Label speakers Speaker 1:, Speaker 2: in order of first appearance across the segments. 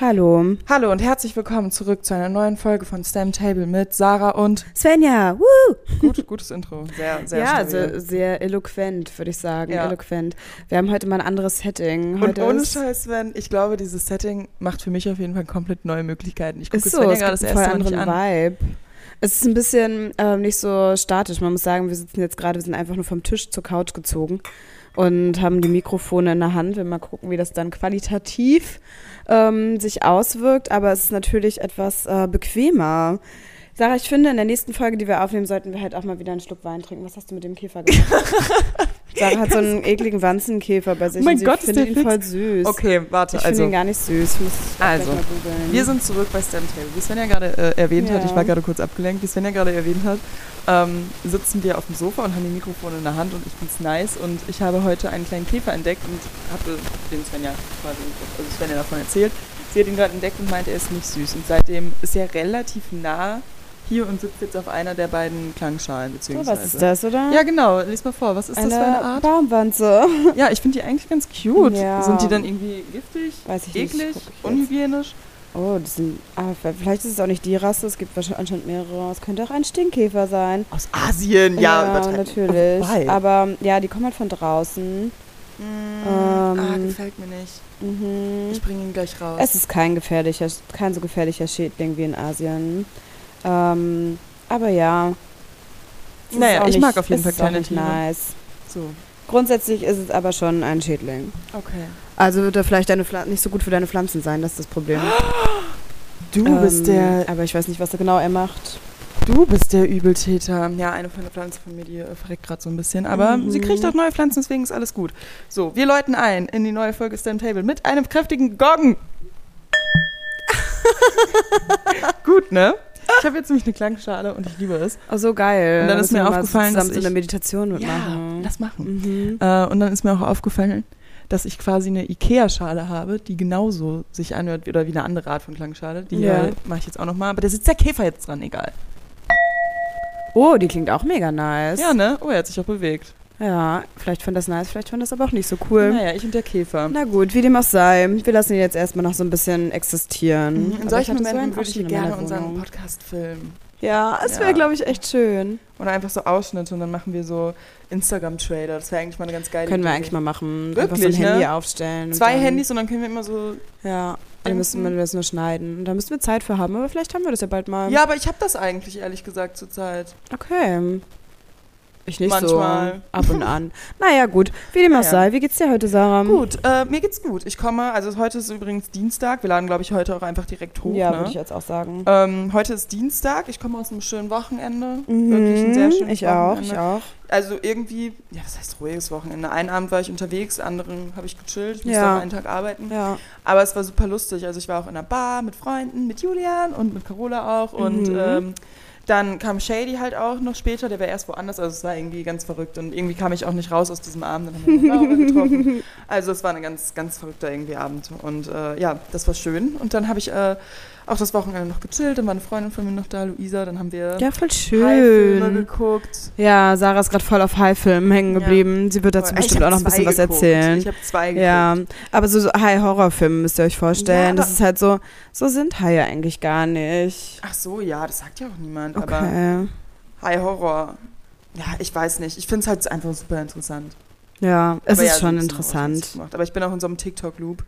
Speaker 1: Hallo.
Speaker 2: Hallo und herzlich willkommen zurück zu einer neuen Folge von Stem Table mit Sarah und
Speaker 1: Svenja, woo!
Speaker 2: gut, gutes Intro. Sehr, sehr
Speaker 1: ja,
Speaker 2: stabil.
Speaker 1: also sehr eloquent, würde ich sagen.
Speaker 2: Ja.
Speaker 1: Eloquent. Wir haben heute mal ein anderes Setting.
Speaker 2: und
Speaker 1: Heute
Speaker 2: ohne
Speaker 1: ist-
Speaker 2: Scheiß, Sven, ich glaube, dieses Setting macht für mich auf jeden Fall komplett neue Möglichkeiten. Ich gucke
Speaker 1: ist so,
Speaker 2: Svenja
Speaker 1: es
Speaker 2: gerade
Speaker 1: gibt
Speaker 2: das
Speaker 1: einen voll
Speaker 2: erste Mal nicht
Speaker 1: anderen
Speaker 2: an.
Speaker 1: Vibe. Es ist ein bisschen ähm, nicht so statisch. Man muss sagen, wir sitzen jetzt gerade, wir sind einfach nur vom Tisch zur Couch gezogen und haben die Mikrofone in der Hand. Wir mal gucken, wie das dann qualitativ ähm, sich auswirkt. Aber es ist natürlich etwas äh, bequemer. Sarah, ich finde, in der nächsten Folge, die wir aufnehmen, sollten wir halt auch mal wieder einen Schluck Wein trinken. Was hast du mit dem Käfer gemacht? Sarah hat so einen ekligen Wanzenkäfer bei sich.
Speaker 2: Mein
Speaker 1: und sie
Speaker 2: Gott, ist
Speaker 1: findet
Speaker 2: der
Speaker 1: ihn
Speaker 2: fix.
Speaker 1: voll süß.
Speaker 2: Okay, warte,
Speaker 1: Ich finde ihn
Speaker 2: also
Speaker 1: gar nicht süß. Ich muss es auch
Speaker 2: Also,
Speaker 1: gleich mal googeln.
Speaker 2: wir sind zurück bei Stem Table. Wie Svenja gerade äh, erwähnt hat,
Speaker 1: Ja.
Speaker 2: ich war gerade kurz abgelenkt, wie Svenja gerade erwähnt hat, ähm, sitzen wir auf dem Sofa und haben die Mikrofone in der Hand und ich find's nice und ich habe heute einen kleinen Käfer entdeckt und hatte den Svenja quasi, also Svenja davon erzählt. Sie hat ihn gerade entdeckt und meint, er ist nicht süß und seitdem ist er relativ nah hier und sitzt jetzt auf einer der beiden Klangschalen
Speaker 1: So,
Speaker 2: beziehungsweise.
Speaker 1: was ist das, oder?
Speaker 2: Ja genau, lies mal vor, was ist
Speaker 1: eine
Speaker 2: das für eine Art?
Speaker 1: Baumwanze.
Speaker 2: Ja, ich finde die eigentlich ganz cute.
Speaker 1: Ja.
Speaker 2: Sind die dann irgendwie giftig,
Speaker 1: Weiß ich nicht.
Speaker 2: eklig,
Speaker 1: guck ich jetzt.
Speaker 2: unhygienisch?
Speaker 1: Oh, das sind, ah, vielleicht ist es auch nicht die Rasse, es gibt wahrscheinlich anscheinend mehrere. Es könnte auch ein Stinkkäfer sein.
Speaker 2: Aus Asien, ja, übertreibt nicht.
Speaker 1: natürlich.
Speaker 2: Wobei.
Speaker 1: Aber ja, die kommen halt von draußen.
Speaker 2: Mm, ah,
Speaker 1: Ähm,
Speaker 2: gefällt mir nicht.
Speaker 1: Mhm.
Speaker 2: Ich bringe ihn gleich raus.
Speaker 1: Es ist kein gefährlicher, kein so gefährlicher Schädling wie in Asien. Ähm, aber ja. Es ist
Speaker 2: Naja,
Speaker 1: auch
Speaker 2: ich
Speaker 1: nicht-
Speaker 2: mag auf jeden
Speaker 1: es
Speaker 2: Fall
Speaker 1: ist auch
Speaker 2: kleine
Speaker 1: nicht
Speaker 2: Tiere.
Speaker 1: Nice.
Speaker 2: so.
Speaker 1: Grundsätzlich ist es aber schon ein Schädling.
Speaker 2: Okay.
Speaker 1: Also wird er vielleicht deine Pfla- nicht so gut für deine Pflanzen sein, das ist das Problem.
Speaker 2: Du bist
Speaker 1: Ähm,
Speaker 2: der,
Speaker 1: Aber ich weiß nicht, was er genau er macht.
Speaker 2: du bist der Übeltäter. Ja, eine von der Pflanze von mir, die äh, verreckt gerade so ein bisschen, aber
Speaker 1: Mhm.
Speaker 2: sie kriegt auch neue Pflanzen, deswegen ist alles gut. So, wir läuten ein in die neue Folge Stem Table mit einem kräftigen Goggen. gut, ne? Ich habe jetzt nämlich eine Klangschale und ich liebe es.
Speaker 1: Oh, so geil.
Speaker 2: Und dann ist
Speaker 1: Müssen
Speaker 2: mir
Speaker 1: wir mal
Speaker 2: aufgefallen,
Speaker 1: zusammen
Speaker 2: dass
Speaker 1: so eine
Speaker 2: ich-
Speaker 1: Meditation mitmachen.
Speaker 2: lass machen.
Speaker 1: mhm.
Speaker 2: Äh, und dann ist mir auch aufgefallen, dass ich quasi eine Ikea-Schale habe, die genauso sich anhört oder wie eine andere Art von Klangschale. Die
Speaker 1: Ja.
Speaker 2: äh, mache ich jetzt auch nochmal. Aber da sitzt der Käfer jetzt dran, egal.
Speaker 1: Oh, die klingt auch mega nice.
Speaker 2: Ja, ne? Oh, er hat sich auch bewegt.
Speaker 1: Ja, vielleicht fand das nice, vielleicht fand das aber auch nicht so cool.
Speaker 2: Naja, ich und der Käfer.
Speaker 1: Na gut, wie dem auch sei. Wir lassen ihn jetzt erstmal noch so ein bisschen existieren.
Speaker 2: Mhm, In
Speaker 1: Aber
Speaker 2: solchen
Speaker 1: ich hatte so
Speaker 2: Momenten
Speaker 1: einen
Speaker 2: würde ich
Speaker 1: Abschnitt in
Speaker 2: gerne
Speaker 1: meiner
Speaker 2: unseren
Speaker 1: Wohnung.
Speaker 2: Podcast filmen.
Speaker 1: Ja, es
Speaker 2: Ja.
Speaker 1: wäre, glaube ich, echt schön.
Speaker 2: Und einfach so Ausschnitte und dann machen wir so Instagram-Trailer. Das wäre eigentlich mal eine ganz geile
Speaker 1: Können wir
Speaker 2: Idee.
Speaker 1: eigentlich mal machen.
Speaker 2: Wirklich,
Speaker 1: Einfach so ein
Speaker 2: ne?
Speaker 1: Handy aufstellen. und
Speaker 2: Zwei
Speaker 1: dann-
Speaker 2: Handys und dann können wir immer so.
Speaker 1: Ja, dann müssen wir das nur schneiden. Und da müssen wir Zeit für haben, aber vielleicht haben wir das ja bald mal.
Speaker 2: Ja, aber ich habe das eigentlich, ehrlich gesagt, zurzeit.
Speaker 1: Okay. Ich nicht
Speaker 2: Manchmal.
Speaker 1: so ab und an. Naja, gut. Wie dem auch
Speaker 2: Ja.
Speaker 1: sei. Wie geht's dir heute, Sarah?
Speaker 2: Gut, äh, mir geht's gut. Ich komme, also heute ist übrigens Dienstag. Wir laden, glaube ich, heute auch einfach direkt hoch.
Speaker 1: Ja,
Speaker 2: ne?
Speaker 1: würde ich jetzt auch sagen.
Speaker 2: Ähm, heute ist Dienstag, ich komme aus einem schönen Wochenende.
Speaker 1: Mhm,
Speaker 2: Wirklich ein sehr schönes
Speaker 1: Ich auch,
Speaker 2: Wochenende.
Speaker 1: ich auch.
Speaker 2: Also irgendwie, ja, das heißt ruhiges Wochenende. Einen Abend war ich unterwegs, anderen habe ich gechillt, ich musste
Speaker 1: Ja.
Speaker 2: auch einen Tag arbeiten.
Speaker 1: Ja.
Speaker 2: Aber es war super lustig. Also ich war auch in einer Bar mit Freunden, mit Julian und mit Carola auch. Und
Speaker 1: Mhm.
Speaker 2: ähm, dann kam Shady halt auch noch später, der war erst woanders, also es war irgendwie ganz verrückt. Und irgendwie kam ich auch nicht raus aus diesem Abend. Dann haben wir Laura getroffen. Also es war ein ganz, ganz verrückter irgendwie Abend. Und äh, ja, das war schön. Und dann habe ich äh, auch das Wochenende noch gechillt. Dann war eine Freundin von mir noch da, Luisa. Dann haben wir
Speaker 1: Ja, voll
Speaker 2: High-Filme
Speaker 1: schön.
Speaker 2: geguckt.
Speaker 1: Ja, Sarah ist gerade voll auf High-Filmen hängen
Speaker 2: Ja.
Speaker 1: geblieben. Sie wird dazu
Speaker 2: Ich
Speaker 1: bestimmt
Speaker 2: hab
Speaker 1: auch noch ein
Speaker 2: zwei
Speaker 1: bisschen was
Speaker 2: geguckt.
Speaker 1: erzählen.
Speaker 2: Ich habe zwei geguckt.
Speaker 1: Ja, aber so, so High-Horror-Filme müsst ihr euch vorstellen.
Speaker 2: Ja,
Speaker 1: das ist halt so, so sind Haie eigentlich gar nicht.
Speaker 2: Ach so, ja, das sagt ja auch niemand. Aber
Speaker 1: Okay.
Speaker 2: High Horror. Ja, ich weiß nicht. Ich finde es halt einfach super interessant.
Speaker 1: Ja, es
Speaker 2: Aber
Speaker 1: ist
Speaker 2: ja,
Speaker 1: schon
Speaker 2: sie wissen auch, was
Speaker 1: interessant.
Speaker 2: sie Gemacht. Aber ich bin auch in so einem TikTok-Loop.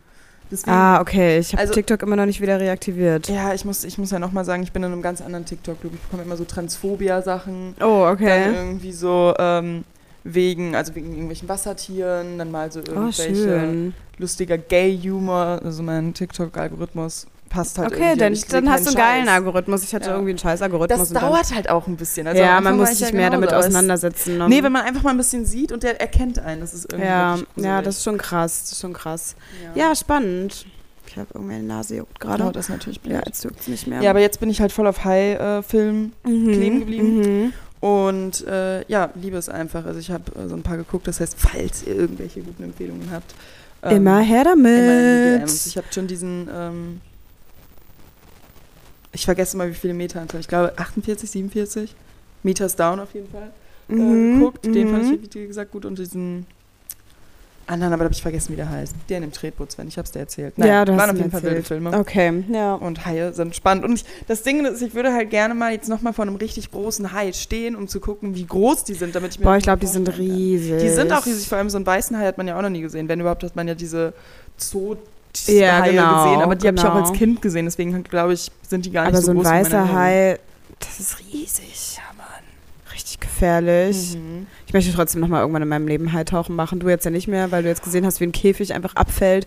Speaker 2: Deswegen-
Speaker 1: Ah, okay. Ich habe
Speaker 2: Also-
Speaker 1: TikTok immer noch nicht wieder reaktiviert.
Speaker 2: Ja, ich muss, ich muss ja nochmal sagen, ich bin in einem ganz anderen TikTok-Loop. Ich bekomme immer so Transphobia-Sachen.
Speaker 1: Oh,
Speaker 2: Dann
Speaker 1: okay.
Speaker 2: irgendwie so ähm, wegen, also wegen irgendwelchen Wassertieren. Dann mal so
Speaker 1: Oh,
Speaker 2: irgendwelche
Speaker 1: schön.
Speaker 2: lustiger Gay-Humor. Also mein TikTok-Algorithmus passt halt
Speaker 1: Okay,
Speaker 2: irgendwie und
Speaker 1: dann,
Speaker 2: ich
Speaker 1: dann
Speaker 2: krieg
Speaker 1: hast du einen
Speaker 2: keinen
Speaker 1: geilen
Speaker 2: Scheiß.
Speaker 1: Algorithmus. Ich hatte
Speaker 2: Ja.
Speaker 1: irgendwie einen scheiß Algorithmus.
Speaker 2: Das
Speaker 1: und dann-
Speaker 2: dauert halt auch ein bisschen. Also
Speaker 1: ja, genau,
Speaker 2: am
Speaker 1: man
Speaker 2: Anfang war
Speaker 1: muss
Speaker 2: ich
Speaker 1: sich
Speaker 2: ja
Speaker 1: mehr damit
Speaker 2: genauso, aber es-
Speaker 1: auseinandersetzen. Ne?
Speaker 2: Nee, wenn man einfach mal ein bisschen sieht und der erkennt einen, das ist irgendwie
Speaker 1: ja,
Speaker 2: wirklich
Speaker 1: ja,
Speaker 2: gruselig.
Speaker 1: das ist schon krass. Das ist schon krass. Ja, spannend. Ich habe irgendwie eine Nase juckt
Speaker 2: Genau,
Speaker 1: gerade.
Speaker 2: das ist natürlich blöd.
Speaker 1: Ja, jetzt juckt es nicht mehr.
Speaker 2: Ja. aber jetzt bin ich halt voll auf High-Film
Speaker 1: mhm.
Speaker 2: kleben geblieben.
Speaker 1: Mhm.
Speaker 2: und äh, ja, liebe es einfach. Also ich habe äh, so ein paar geguckt, das heißt, falls ihr irgendwelche guten Empfehlungen habt. ähm,
Speaker 1: immer her
Speaker 2: immer in die
Speaker 1: damit.
Speaker 2: DMs. Ich habe schon diesen, ähm, ich vergesse mal, wie viele Meter anzahl. Ich glaube 48, 47 Meters down auf jeden Fall. Äh,
Speaker 1: Mhm,
Speaker 2: geguckt. Den fand ich,
Speaker 1: mhm.
Speaker 2: wie gesagt, gut und diesen Ah nein, aber da habe ich vergessen, wie der heißt. Der in dem Tretboot, Sven, ich habe es dir erzählt.
Speaker 1: Ja, du hast es
Speaker 2: waren auf
Speaker 1: mir
Speaker 2: jeden Fall wilde
Speaker 1: erzählt. Oh.
Speaker 2: Filme.
Speaker 1: Okay, ja.
Speaker 2: Und Haie sind spannend. Und ich, das Ding ist, ich würde halt gerne mal jetzt nochmal vor einem richtig großen Hai stehen, um zu gucken, wie groß die sind, damit ich mir
Speaker 1: Boah,
Speaker 2: das
Speaker 1: ich glaube, die
Speaker 2: vorstellen
Speaker 1: sind
Speaker 2: kann.
Speaker 1: riesig.
Speaker 2: Die sind auch riesig, vor allem so einen weißen Hai hat man ja auch noch nie gesehen. Wenn überhaupt, hat man ja diese Zoo
Speaker 1: Ja,
Speaker 2: Haie
Speaker 1: genau,
Speaker 2: gesehen, aber die habe ich
Speaker 1: genau.
Speaker 2: auch als Kind gesehen, deswegen glaube ich, sind die gar nicht
Speaker 1: Aber so
Speaker 2: so
Speaker 1: ein
Speaker 2: groß. in meiner
Speaker 1: weißer
Speaker 2: Erinnerung.
Speaker 1: Hai, das ist riesig.
Speaker 2: Ja, Mann.
Speaker 1: Richtig gefährlich.
Speaker 2: Mhm.
Speaker 1: Ich möchte trotzdem nochmal irgendwann in meinem Leben Haitauchen machen. Du jetzt ja nicht mehr, weil du jetzt gesehen hast, wie ein Käfig einfach abfällt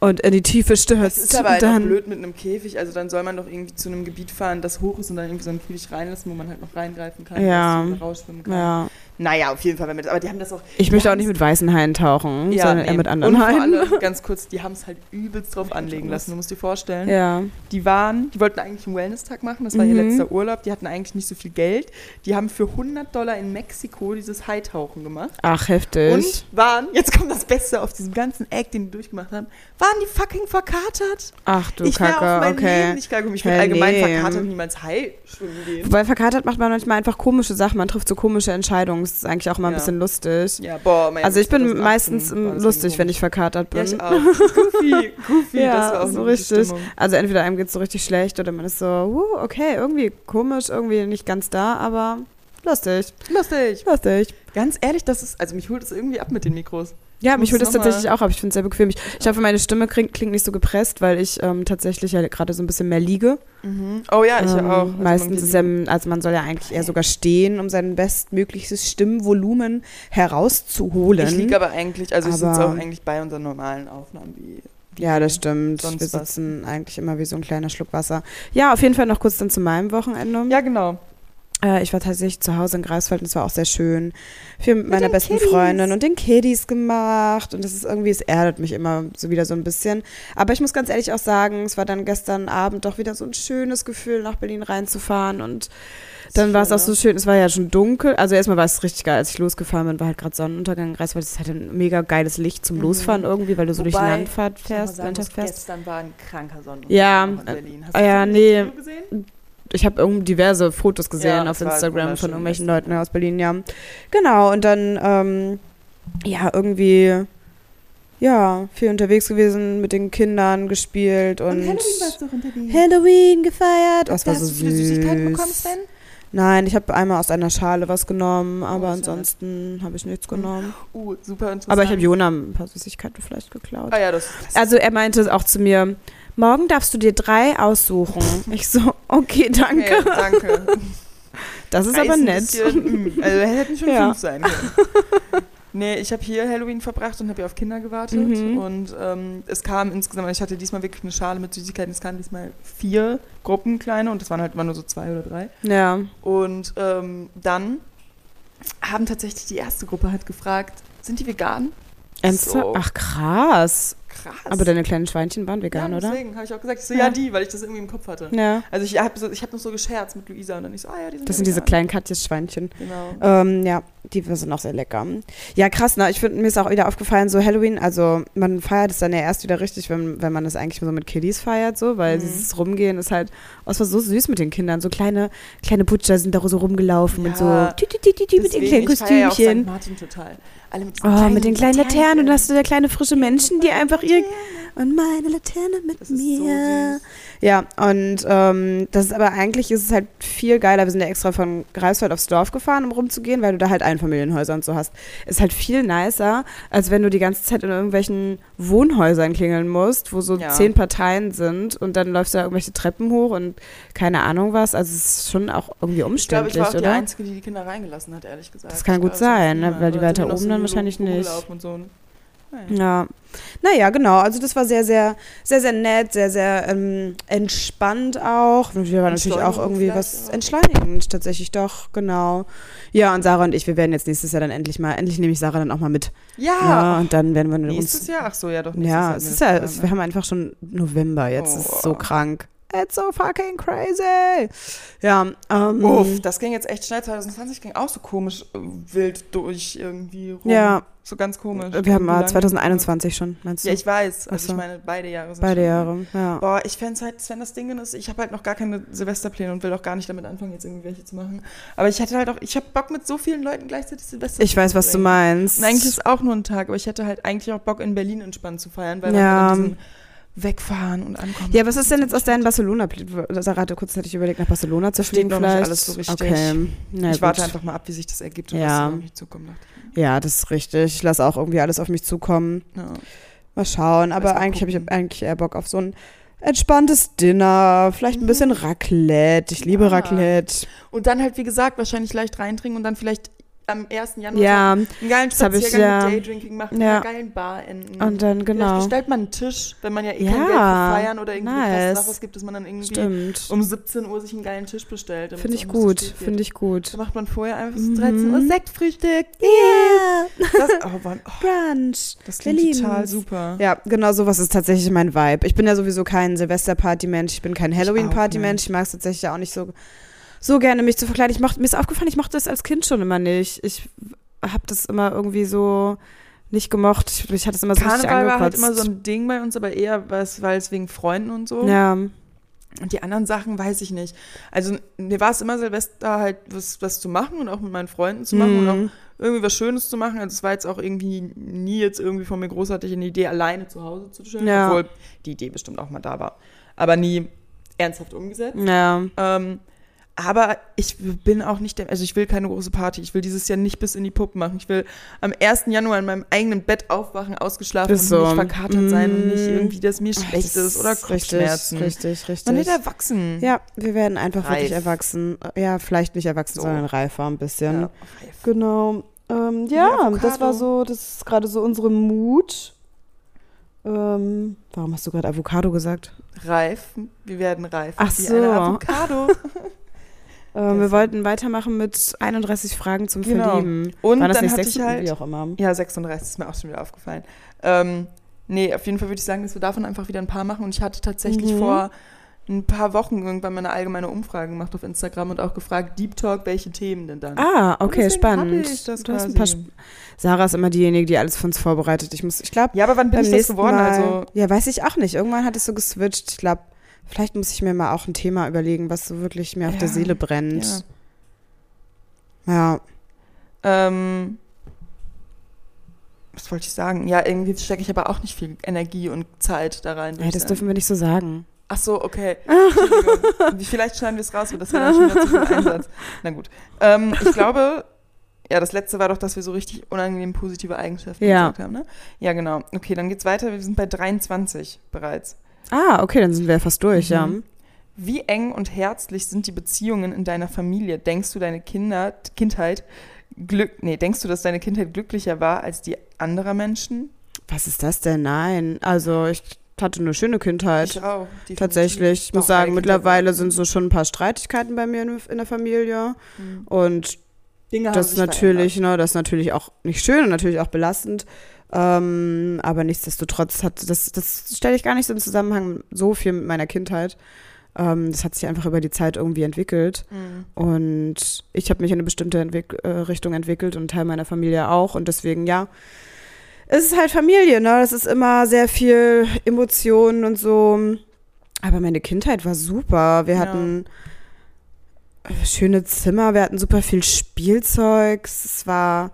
Speaker 1: und in die Tiefe
Speaker 2: Das
Speaker 1: stürzt.
Speaker 2: ist aber halt
Speaker 1: und
Speaker 2: auch
Speaker 1: dann,
Speaker 2: blöd mit einem Käfig, also dann soll man doch irgendwie zu einem Gebiet fahren, das hoch ist und dann irgendwie so einen Käfig reinlassen, wo man halt noch reingreifen kann,
Speaker 1: Ja.
Speaker 2: dass du rausschwimmen kann.
Speaker 1: Ja.
Speaker 2: Naja, auf jeden Fall, wenn man das, aber die haben das auch
Speaker 1: Ich möchte auch
Speaker 2: haben's-
Speaker 1: nicht mit weißen Haien tauchen, sondern eher
Speaker 2: nee.
Speaker 1: mit anderen
Speaker 2: und vor
Speaker 1: Haien.
Speaker 2: allem, ganz kurz, die haben es halt übelst drauf anlegen lassen, du musst dir vorstellen.
Speaker 1: Ja.
Speaker 2: Die waren, die wollten eigentlich einen Wellness-Tag machen, das war
Speaker 1: Mhm.
Speaker 2: ihr letzter Urlaub, die hatten eigentlich nicht so viel Geld. Die haben für 100 Dollar in Mexiko dieses Haitauchen gemacht
Speaker 1: Ach, heftig.
Speaker 2: und waren, jetzt kommt das Beste auf diesem ganzen Act, den die durchgemacht haben, waren die fucking verkatert.
Speaker 1: Ach du
Speaker 2: ich wäre
Speaker 1: Kacke,
Speaker 2: auf mein
Speaker 1: okay.
Speaker 2: Leben nicht klargekommen. Ich würde
Speaker 1: Ja,
Speaker 2: allgemein
Speaker 1: nee.
Speaker 2: verkatert niemals Hai schwimmen gehen.
Speaker 1: Wobei verkatert macht man manchmal einfach komische Sachen. Man trifft so komische Entscheidungen. Das ist eigentlich auch mal ein
Speaker 2: Ja.
Speaker 1: bisschen lustig.
Speaker 2: Ja, boah, mein
Speaker 1: Also ich bin
Speaker 2: 2018
Speaker 1: meistens
Speaker 2: war
Speaker 1: ähm,
Speaker 2: das
Speaker 1: lustig,
Speaker 2: irgendwie
Speaker 1: wenn ich verkatert bin.
Speaker 2: komisch. Ja, ich auch. Goofy, Goofy,
Speaker 1: Ja,
Speaker 2: das war auch
Speaker 1: so
Speaker 2: eine gute
Speaker 1: richtig.
Speaker 2: Stimmung.
Speaker 1: Also entweder einem geht es so richtig schlecht oder man ist so, uh, okay, irgendwie komisch, irgendwie nicht ganz da, aber lustig,
Speaker 2: Lustig.
Speaker 1: lustig.
Speaker 2: Ganz ehrlich, das ist, also mich holt es irgendwie ab mit den Mikros.
Speaker 1: Ja, mich
Speaker 2: Muss
Speaker 1: holt es
Speaker 2: noch mal-
Speaker 1: tatsächlich auch ab. Ich finde es sehr bequem. Ich, ich hoffe, meine Stimme klingt, klingt nicht so gepresst, weil ich ähm, tatsächlich ja gerade so ein bisschen mehr liege.
Speaker 2: Oh ja, ich
Speaker 1: ähm,
Speaker 2: auch. Also man-
Speaker 1: meistens ist ja, also man soll ja eigentlich eher sogar stehen, um sein bestmögliches Stimmvolumen herauszuholen.
Speaker 2: Ich liege aber eigentlich, also ich sitze
Speaker 1: Aber-
Speaker 2: auch eigentlich bei unseren normalen Aufnahmen wie. wie
Speaker 1: Ja, das stimmt.
Speaker 2: sonst
Speaker 1: Wir
Speaker 2: was.
Speaker 1: sitzen eigentlich immer wie so ein kleiner Schluck Wasser. Ja, auf jeden Fall noch kurz dann zu meinem Wochenende.
Speaker 2: Ja, genau.
Speaker 1: Äh, ich war tatsächlich zu Hause in Greifswald und es war auch sehr schön. Viel mit, meiner
Speaker 2: den
Speaker 1: besten
Speaker 2: Kiddies.
Speaker 1: Freundin und den Kiddies gemacht. Und das ist irgendwie, es erdet mich immer so wieder so ein bisschen. Aber ich muss ganz ehrlich auch sagen, es war dann gestern Abend doch wieder so ein schönes Gefühl, nach Berlin reinzufahren. Und dann war es auch
Speaker 2: ne?
Speaker 1: so schön, es war ja schon dunkel. Also erstmal war es richtig geil, als ich losgefahren bin, war halt gerade Sonnenuntergang in Greifswald. Es ist halt ein mega geiles Licht zum
Speaker 2: Mhm.
Speaker 1: Losfahren irgendwie, weil du so durch die
Speaker 2: Wobei,
Speaker 1: Landfahrt
Speaker 2: Ich muss mal
Speaker 1: fährst,
Speaker 2: sagen,
Speaker 1: Landschaft
Speaker 2: dass
Speaker 1: fährst.
Speaker 2: Gestern war ein kranker Sonnenuntergang
Speaker 1: Ja,
Speaker 2: in Berlin. Hast
Speaker 1: äh, ja,
Speaker 2: das
Speaker 1: nee.
Speaker 2: Video gesehen?
Speaker 1: ich habe irgendwie diverse Fotos gesehen
Speaker 2: Ja,
Speaker 1: auf
Speaker 2: es war
Speaker 1: Instagram von
Speaker 2: wunderschön
Speaker 1: irgendwelchen
Speaker 2: gestern,
Speaker 1: Leuten aus Berlin, ja. Genau, und dann, ähm, ja, irgendwie, ja, viel unterwegs gewesen, mit den Kindern gespielt und,
Speaker 2: Und Halloween warst du doch in Berlin.
Speaker 1: Halloween gefeiert. Oh, das war
Speaker 2: hast
Speaker 1: so
Speaker 2: du viele Süßigkeiten
Speaker 1: süß.
Speaker 2: bekommen, Sven? Oh,
Speaker 1: Nein, ich habe einmal aus einer Schale was genommen, aber
Speaker 2: das ist ja
Speaker 1: ansonsten habe ich nichts genommen.
Speaker 2: Uh, super interessant.
Speaker 1: Aber ich habe Jona ein paar Süßigkeiten vielleicht geklaut.
Speaker 2: Ah ja, das, das
Speaker 1: Also er meinte auch zu mir, morgen darfst du dir drei aussuchen. Ich so, okay, danke.
Speaker 2: Okay, danke.
Speaker 1: Das ist
Speaker 2: Drei
Speaker 1: aber
Speaker 2: ein
Speaker 1: nett.
Speaker 2: Bisschen, mm, also hätten schon
Speaker 1: Ja.
Speaker 2: fünf sein können. Nee, ich habe hier Halloween verbracht und habe ja auf Kinder gewartet.
Speaker 1: Mhm.
Speaker 2: Und ähm, es kam insgesamt, ich hatte diesmal wirklich eine Schale mit Süßigkeiten, es kamen diesmal vier Gruppen kleine und das waren halt immer nur so zwei oder drei.
Speaker 1: Ja.
Speaker 2: Und ähm, dann haben tatsächlich die erste Gruppe halt gefragt, sind die vegan?
Speaker 1: Ernsthaft?
Speaker 2: So.
Speaker 1: Ach krass.
Speaker 2: Krass.
Speaker 1: Aber deine kleinen Schweinchen waren
Speaker 2: ja,
Speaker 1: vegan, oder?
Speaker 2: deswegen habe ich auch gesagt, ich so,
Speaker 1: Ja.
Speaker 2: ja. die, weil ich das irgendwie im Kopf hatte.
Speaker 1: Ja.
Speaker 2: Also ich habe so, ich hab noch so gescherzt mit Luisa und dann ich so, ah ja, die sind
Speaker 1: Das
Speaker 2: ja
Speaker 1: sind diese
Speaker 2: vegan.
Speaker 1: kleinen Katjes Schweinchen.
Speaker 2: Genau.
Speaker 1: Ähm, ja, die sind auch sehr lecker. Ja, krass, ne? Ich finde, mir ist auch wieder aufgefallen, so Halloween, also man feiert es dann ja erst wieder richtig, wenn, wenn man das eigentlich so mit Kiddies feiert, so, weil
Speaker 2: Mhm.
Speaker 1: dieses Rumgehen ist halt, oh, es war so süß mit den Kindern. So kleine, kleine Butcher sind da so rumgelaufen und so
Speaker 2: Ja,
Speaker 1: tü, tü, tü, tü, tü, mit den kleinen
Speaker 2: Deswegen, ich feier ja auch
Speaker 1: Kostümchen.
Speaker 2: St. Martin total. Alle mit diesen
Speaker 1: Oh, mit den kleinen Laternen und
Speaker 2: Laternchen.
Speaker 1: da hast du da kleine frische Menschen, die einfach ihr und meine Laterne mit
Speaker 2: Das ist so
Speaker 1: mir.
Speaker 2: süß.
Speaker 1: ja, und ähm, das ist aber eigentlich ist es halt viel geiler. Wir sind ja extra von Greifswald aufs Dorf gefahren, um rumzugehen, weil du da halt Einfamilienhäuser und so hast. Ist halt viel nicer, als wenn du die ganze Zeit in irgendwelchen Wohnhäusern klingeln musst, wo so
Speaker 2: Ja.
Speaker 1: zehn Parteien sind und dann läufst du da irgendwelche Treppen hoch und keine Ahnung was. Also es ist schon auch irgendwie
Speaker 2: Ich glaube,
Speaker 1: umständlich,
Speaker 2: ich war auch die
Speaker 1: oder?
Speaker 2: Einzige, die die Kinder reingelassen hat, ehrlich gesagt.
Speaker 1: Das kann
Speaker 2: Ich
Speaker 1: gut
Speaker 2: glaube,
Speaker 1: sein, ne,
Speaker 2: niemand.
Speaker 1: weil die
Speaker 2: Oder
Speaker 1: weiter
Speaker 2: sind noch
Speaker 1: oben dann
Speaker 2: so
Speaker 1: wahrscheinlich nicht.
Speaker 2: rumgelaufen Und so. Naja.
Speaker 1: Ja. Naja, genau. Also das war sehr, sehr, sehr, sehr nett, sehr, sehr ähm, entspannt auch. Wir waren natürlich auch
Speaker 2: Entschleunigung
Speaker 1: irgendwie
Speaker 2: vielleicht
Speaker 1: was
Speaker 2: auch.
Speaker 1: entschleunigend, tatsächlich doch, genau. Ja, und Sarah und ich, wir werden jetzt nächstes Jahr dann endlich mal, endlich nehme ich Sarah dann auch mal mit.
Speaker 2: Ja,
Speaker 1: Ja, und dann werden wir
Speaker 2: Ah. nächstes
Speaker 1: uns.
Speaker 2: Jahr, ach so, ja doch. nächstes
Speaker 1: Ja,
Speaker 2: Jahr
Speaker 1: es
Speaker 2: haben wir
Speaker 1: ist
Speaker 2: das
Speaker 1: ja,
Speaker 2: geplant,
Speaker 1: es, wir haben einfach schon November jetzt, es ist so
Speaker 2: Oh.
Speaker 1: krank. It's so fucking crazy. Ja, ähm,
Speaker 2: ne? Uff, das ging jetzt echt schnell. 2020 ging auch so komisch äh, wild durch irgendwie rum.
Speaker 1: Ja.
Speaker 2: So ganz komisch.
Speaker 1: wir haben
Speaker 2: Wie
Speaker 1: mal
Speaker 2: lang-
Speaker 1: 2021 schon, meinst du?
Speaker 2: Oh, Ja, ich weiß.
Speaker 1: Ach
Speaker 2: Also
Speaker 1: so.
Speaker 2: ich meine, beide Jahre sind
Speaker 1: Beide
Speaker 2: schon-
Speaker 1: Jahre, ja.
Speaker 2: Boah, ich fände es halt, wenn das Ding ist, ich habe halt noch gar keine Silvesterpläne und will auch gar nicht damit anfangen, jetzt irgendwie welche zu machen. Aber ich hätte halt auch, ich habe Bock mit so vielen Leuten gleichzeitig Silvester
Speaker 1: Ich
Speaker 2: zu
Speaker 1: weiß, was du
Speaker 2: verbringen.
Speaker 1: meinst.
Speaker 2: Und eigentlich ist auch nur ein Tag, aber ich hätte halt eigentlich auch Bock, in Berlin entspannt zu feiern, weil
Speaker 1: Ja.
Speaker 2: man dann diesem Wegfahren und Ankommen.
Speaker 1: ja, was ist denn jetzt aus deinen barcelona Sarah hatte kurzzeitig überlegt, nach Barcelona zu
Speaker 2: Versteht
Speaker 1: fliegen
Speaker 2: noch nicht
Speaker 1: vielleicht.
Speaker 2: alles so richtig.
Speaker 1: Okay. Na,
Speaker 2: ich
Speaker 1: gut.
Speaker 2: warte einfach mal ab, wie sich das ergibt und
Speaker 1: Ja.
Speaker 2: was da auf mich zukommt. dachte
Speaker 1: Ja, das ist richtig. Ich lasse auch irgendwie alles auf mich zukommen.
Speaker 2: ich. Ja.
Speaker 1: Mal schauen. Aber
Speaker 2: mal
Speaker 1: eigentlich habe ich
Speaker 2: gucken.
Speaker 1: eigentlich eher Bock auf so ein entspanntes Dinner. Vielleicht
Speaker 2: Mhm.
Speaker 1: ein bisschen Raclette. Ich liebe
Speaker 2: Ja.
Speaker 1: Raclette.
Speaker 2: Und dann halt, wie gesagt, wahrscheinlich leicht reintrinken und dann vielleicht am 1. Januar
Speaker 1: Ja,
Speaker 2: einen geilen
Speaker 1: Das hab ich,
Speaker 2: Spaziergang
Speaker 1: ja.
Speaker 2: mit Daydrinking machen,
Speaker 1: Ja.
Speaker 2: ja. einer geilen Bar enden.
Speaker 1: und dann
Speaker 2: Vielleicht
Speaker 1: genau.
Speaker 2: bestellt man einen Tisch, wenn man ja eh
Speaker 1: Ja,
Speaker 2: kein Geld für Feiern oder irgendwie
Speaker 1: nice.
Speaker 2: nice. Sachen gibt, dass man dann irgendwie
Speaker 1: Stimmt.
Speaker 2: um 17 Uhr sich einen geilen Tisch bestellt. damit
Speaker 1: Finde
Speaker 2: es
Speaker 1: ich
Speaker 2: auch nicht so
Speaker 1: gut.
Speaker 2: spät wird.
Speaker 1: Finde ich gut.
Speaker 2: Dann macht man vorher einfach
Speaker 1: Mhm.
Speaker 2: so 13 Uhr Sektfrühstück.
Speaker 1: Yeah.
Speaker 2: Das, oh Mann, oh,
Speaker 1: Brunch.
Speaker 2: das
Speaker 1: Wir
Speaker 2: klingt total
Speaker 1: lieben's.
Speaker 2: super.
Speaker 1: Ja, genau sowas ist tatsächlich mein Vibe. Ich bin ja sowieso kein Silvester-Party-Mensch, ich bin kein Halloween-Party-Mensch. Ich mag es tatsächlich auch nicht so, so gerne, mich zu verkleiden. Ich mochte, mir ist aufgefallen, ich mochte das als Kind schon immer nicht. Ich habe das immer irgendwie so nicht gemocht. Ich, ich hatte es immer so richtig
Speaker 2: Karneval war halt
Speaker 1: angekotzt.
Speaker 2: immer so ein Ding bei uns, aber eher, was- weil es wegen Freunden und so.
Speaker 1: ja,
Speaker 2: Und die anderen Sachen weiß ich nicht. Also mir war es immer Silvester halt was, was zu machen und auch mit meinen Freunden zu machen und
Speaker 1: Mhm.
Speaker 2: auch irgendwie was Schönes zu machen. Also es war jetzt auch irgendwie nie jetzt irgendwie von mir großartig eine Idee, alleine zu Hause zu chillen,
Speaker 1: Ja.
Speaker 2: obwohl die Idee bestimmt auch mal da war. Aber nie ernsthaft umgesetzt.
Speaker 1: ja.
Speaker 2: Ähm, aber ich bin auch nicht der, also ich will keine große Party. Ich will dieses Jahr nicht bis in die Puppen machen. Ich will am 1. Januar in meinem eigenen Bett aufwachen, ausgeschlafen
Speaker 1: Ist
Speaker 2: und
Speaker 1: so.
Speaker 2: nicht verkatert sein und nicht
Speaker 1: Mm.
Speaker 2: irgendwie, dass mir
Speaker 1: Ach,
Speaker 2: schlecht ist oder Kopfschmerzen.
Speaker 1: Richtig, richtig, richtig.
Speaker 2: Man wird erwachsen.
Speaker 1: ja, wir werden einfach wirklich
Speaker 2: Reif.
Speaker 1: erwachsen. Ja, vielleicht nicht erwachsen,
Speaker 2: So.
Speaker 1: sondern reifer ein bisschen.
Speaker 2: Ja, reif.
Speaker 1: Genau. Ähm,
Speaker 2: Wie
Speaker 1: ja,
Speaker 2: Avocado.
Speaker 1: das war so, das ist gerade so unsere Mut. Ähm, warum hast du gerade Avocado gesagt?
Speaker 2: Reif. Wir werden reif.
Speaker 1: Ach
Speaker 2: Wie
Speaker 1: so.
Speaker 2: Eine Avocado.
Speaker 1: Ähm, wir
Speaker 2: Das-
Speaker 1: wollten weitermachen mit 31 Fragen zum
Speaker 2: Genau.
Speaker 1: Verlieben.
Speaker 2: Und
Speaker 1: war das
Speaker 2: dann
Speaker 1: nicht
Speaker 2: hatte
Speaker 1: sechs-
Speaker 2: ich halt.
Speaker 1: Wie auch immer.
Speaker 2: Ja, 36 ist mir auch schon wieder aufgefallen. Ähm, nee, auf jeden Fall würde ich sagen, dass wir davon einfach wieder ein paar machen. Und ich hatte tatsächlich
Speaker 1: Mhm.
Speaker 2: vor ein paar Wochen irgendwann mal eine allgemeine Umfrage gemacht auf Instagram und auch gefragt, Deep Talk, welche Themen denn dann?
Speaker 1: Ah, okay,
Speaker 2: deswegen
Speaker 1: spannend.
Speaker 2: hab ich das
Speaker 1: du hast ein paar
Speaker 2: quasi.
Speaker 1: Sp- Sarah ist immer diejenige, die alles für uns vorbereitet. Ich muss, ich glaube,
Speaker 2: Ja, aber wann bin
Speaker 1: beim
Speaker 2: ich das
Speaker 1: nächsten
Speaker 2: geworden?
Speaker 1: Mal.
Speaker 2: Also,
Speaker 1: ja, weiß ich auch nicht. Irgendwann hat es so geswitcht. Ich glaube, vielleicht muss ich mir mal auch ein Thema überlegen, was so wirklich mir auf der
Speaker 2: Ja,
Speaker 1: Seele brennt. Ja.
Speaker 2: ähm, was wollte ich sagen? Ja, irgendwie stecke ich aber auch nicht viel Energie und Zeit da rein.
Speaker 1: ja.
Speaker 2: würde ich
Speaker 1: das
Speaker 2: sagen.
Speaker 1: dürfen wir nicht so sagen.
Speaker 2: Ach so, okay. Entschuldigung. Wie- Vielleicht schneiden wir es raus, weil das wäre dann schon wieder zu viel Einsatz. Na gut. Ähm, ich glaube, ja, das letzte war doch, dass wir so richtig unangenehm positive Eigenschaften
Speaker 1: Ja.
Speaker 2: gesagt haben, ne? Ja, genau. Okay, dann geht's weiter. Wir sind bei 23 bereits.
Speaker 1: Ah, okay, dann sind wir fast durch, ja.
Speaker 2: Mhm. Wie eng und herzlich sind die Beziehungen in deiner Familie? Denkst du, deine Kinder, Kindheit Glück, nee, denkst du, dass deine Kindheit glücklicher war als die anderer Menschen?
Speaker 1: Was ist das denn? Nein. Also ich hatte eine schöne Kindheit.
Speaker 2: auch. definitiv.
Speaker 1: Tatsächlich. Ich muss
Speaker 2: Doch, meine
Speaker 1: sagen,
Speaker 2: Kindheit
Speaker 1: mittlerweile
Speaker 2: war-
Speaker 1: sind so schon ein paar Streitigkeiten bei mir in, in der Familie.
Speaker 2: Mhm. also
Speaker 1: Und
Speaker 2: Dinge haben
Speaker 1: das ist
Speaker 2: sich
Speaker 1: natürlich, ne, das ist natürlich auch nicht schön und natürlich auch belastend. Ähm, aber nichtsdestotrotz hat das, das stelle ich gar nicht so im Zusammenhang so viel mit meiner Kindheit. Ähm, das hat sich einfach über die Zeit irgendwie entwickelt.
Speaker 2: verändert. Mhm.
Speaker 1: Und ich habe mich in eine bestimmte Entwick äh, Richtung entwickelt und Teil meiner Familie auch. Und deswegen, ja, es ist halt Familie, ne? Das ist immer sehr viel Emotionen und so. Aber meine Kindheit war super. Wir
Speaker 2: Ja.
Speaker 1: hatten äh, schöne Zimmer, wir hatten super viel Spielzeug. Es war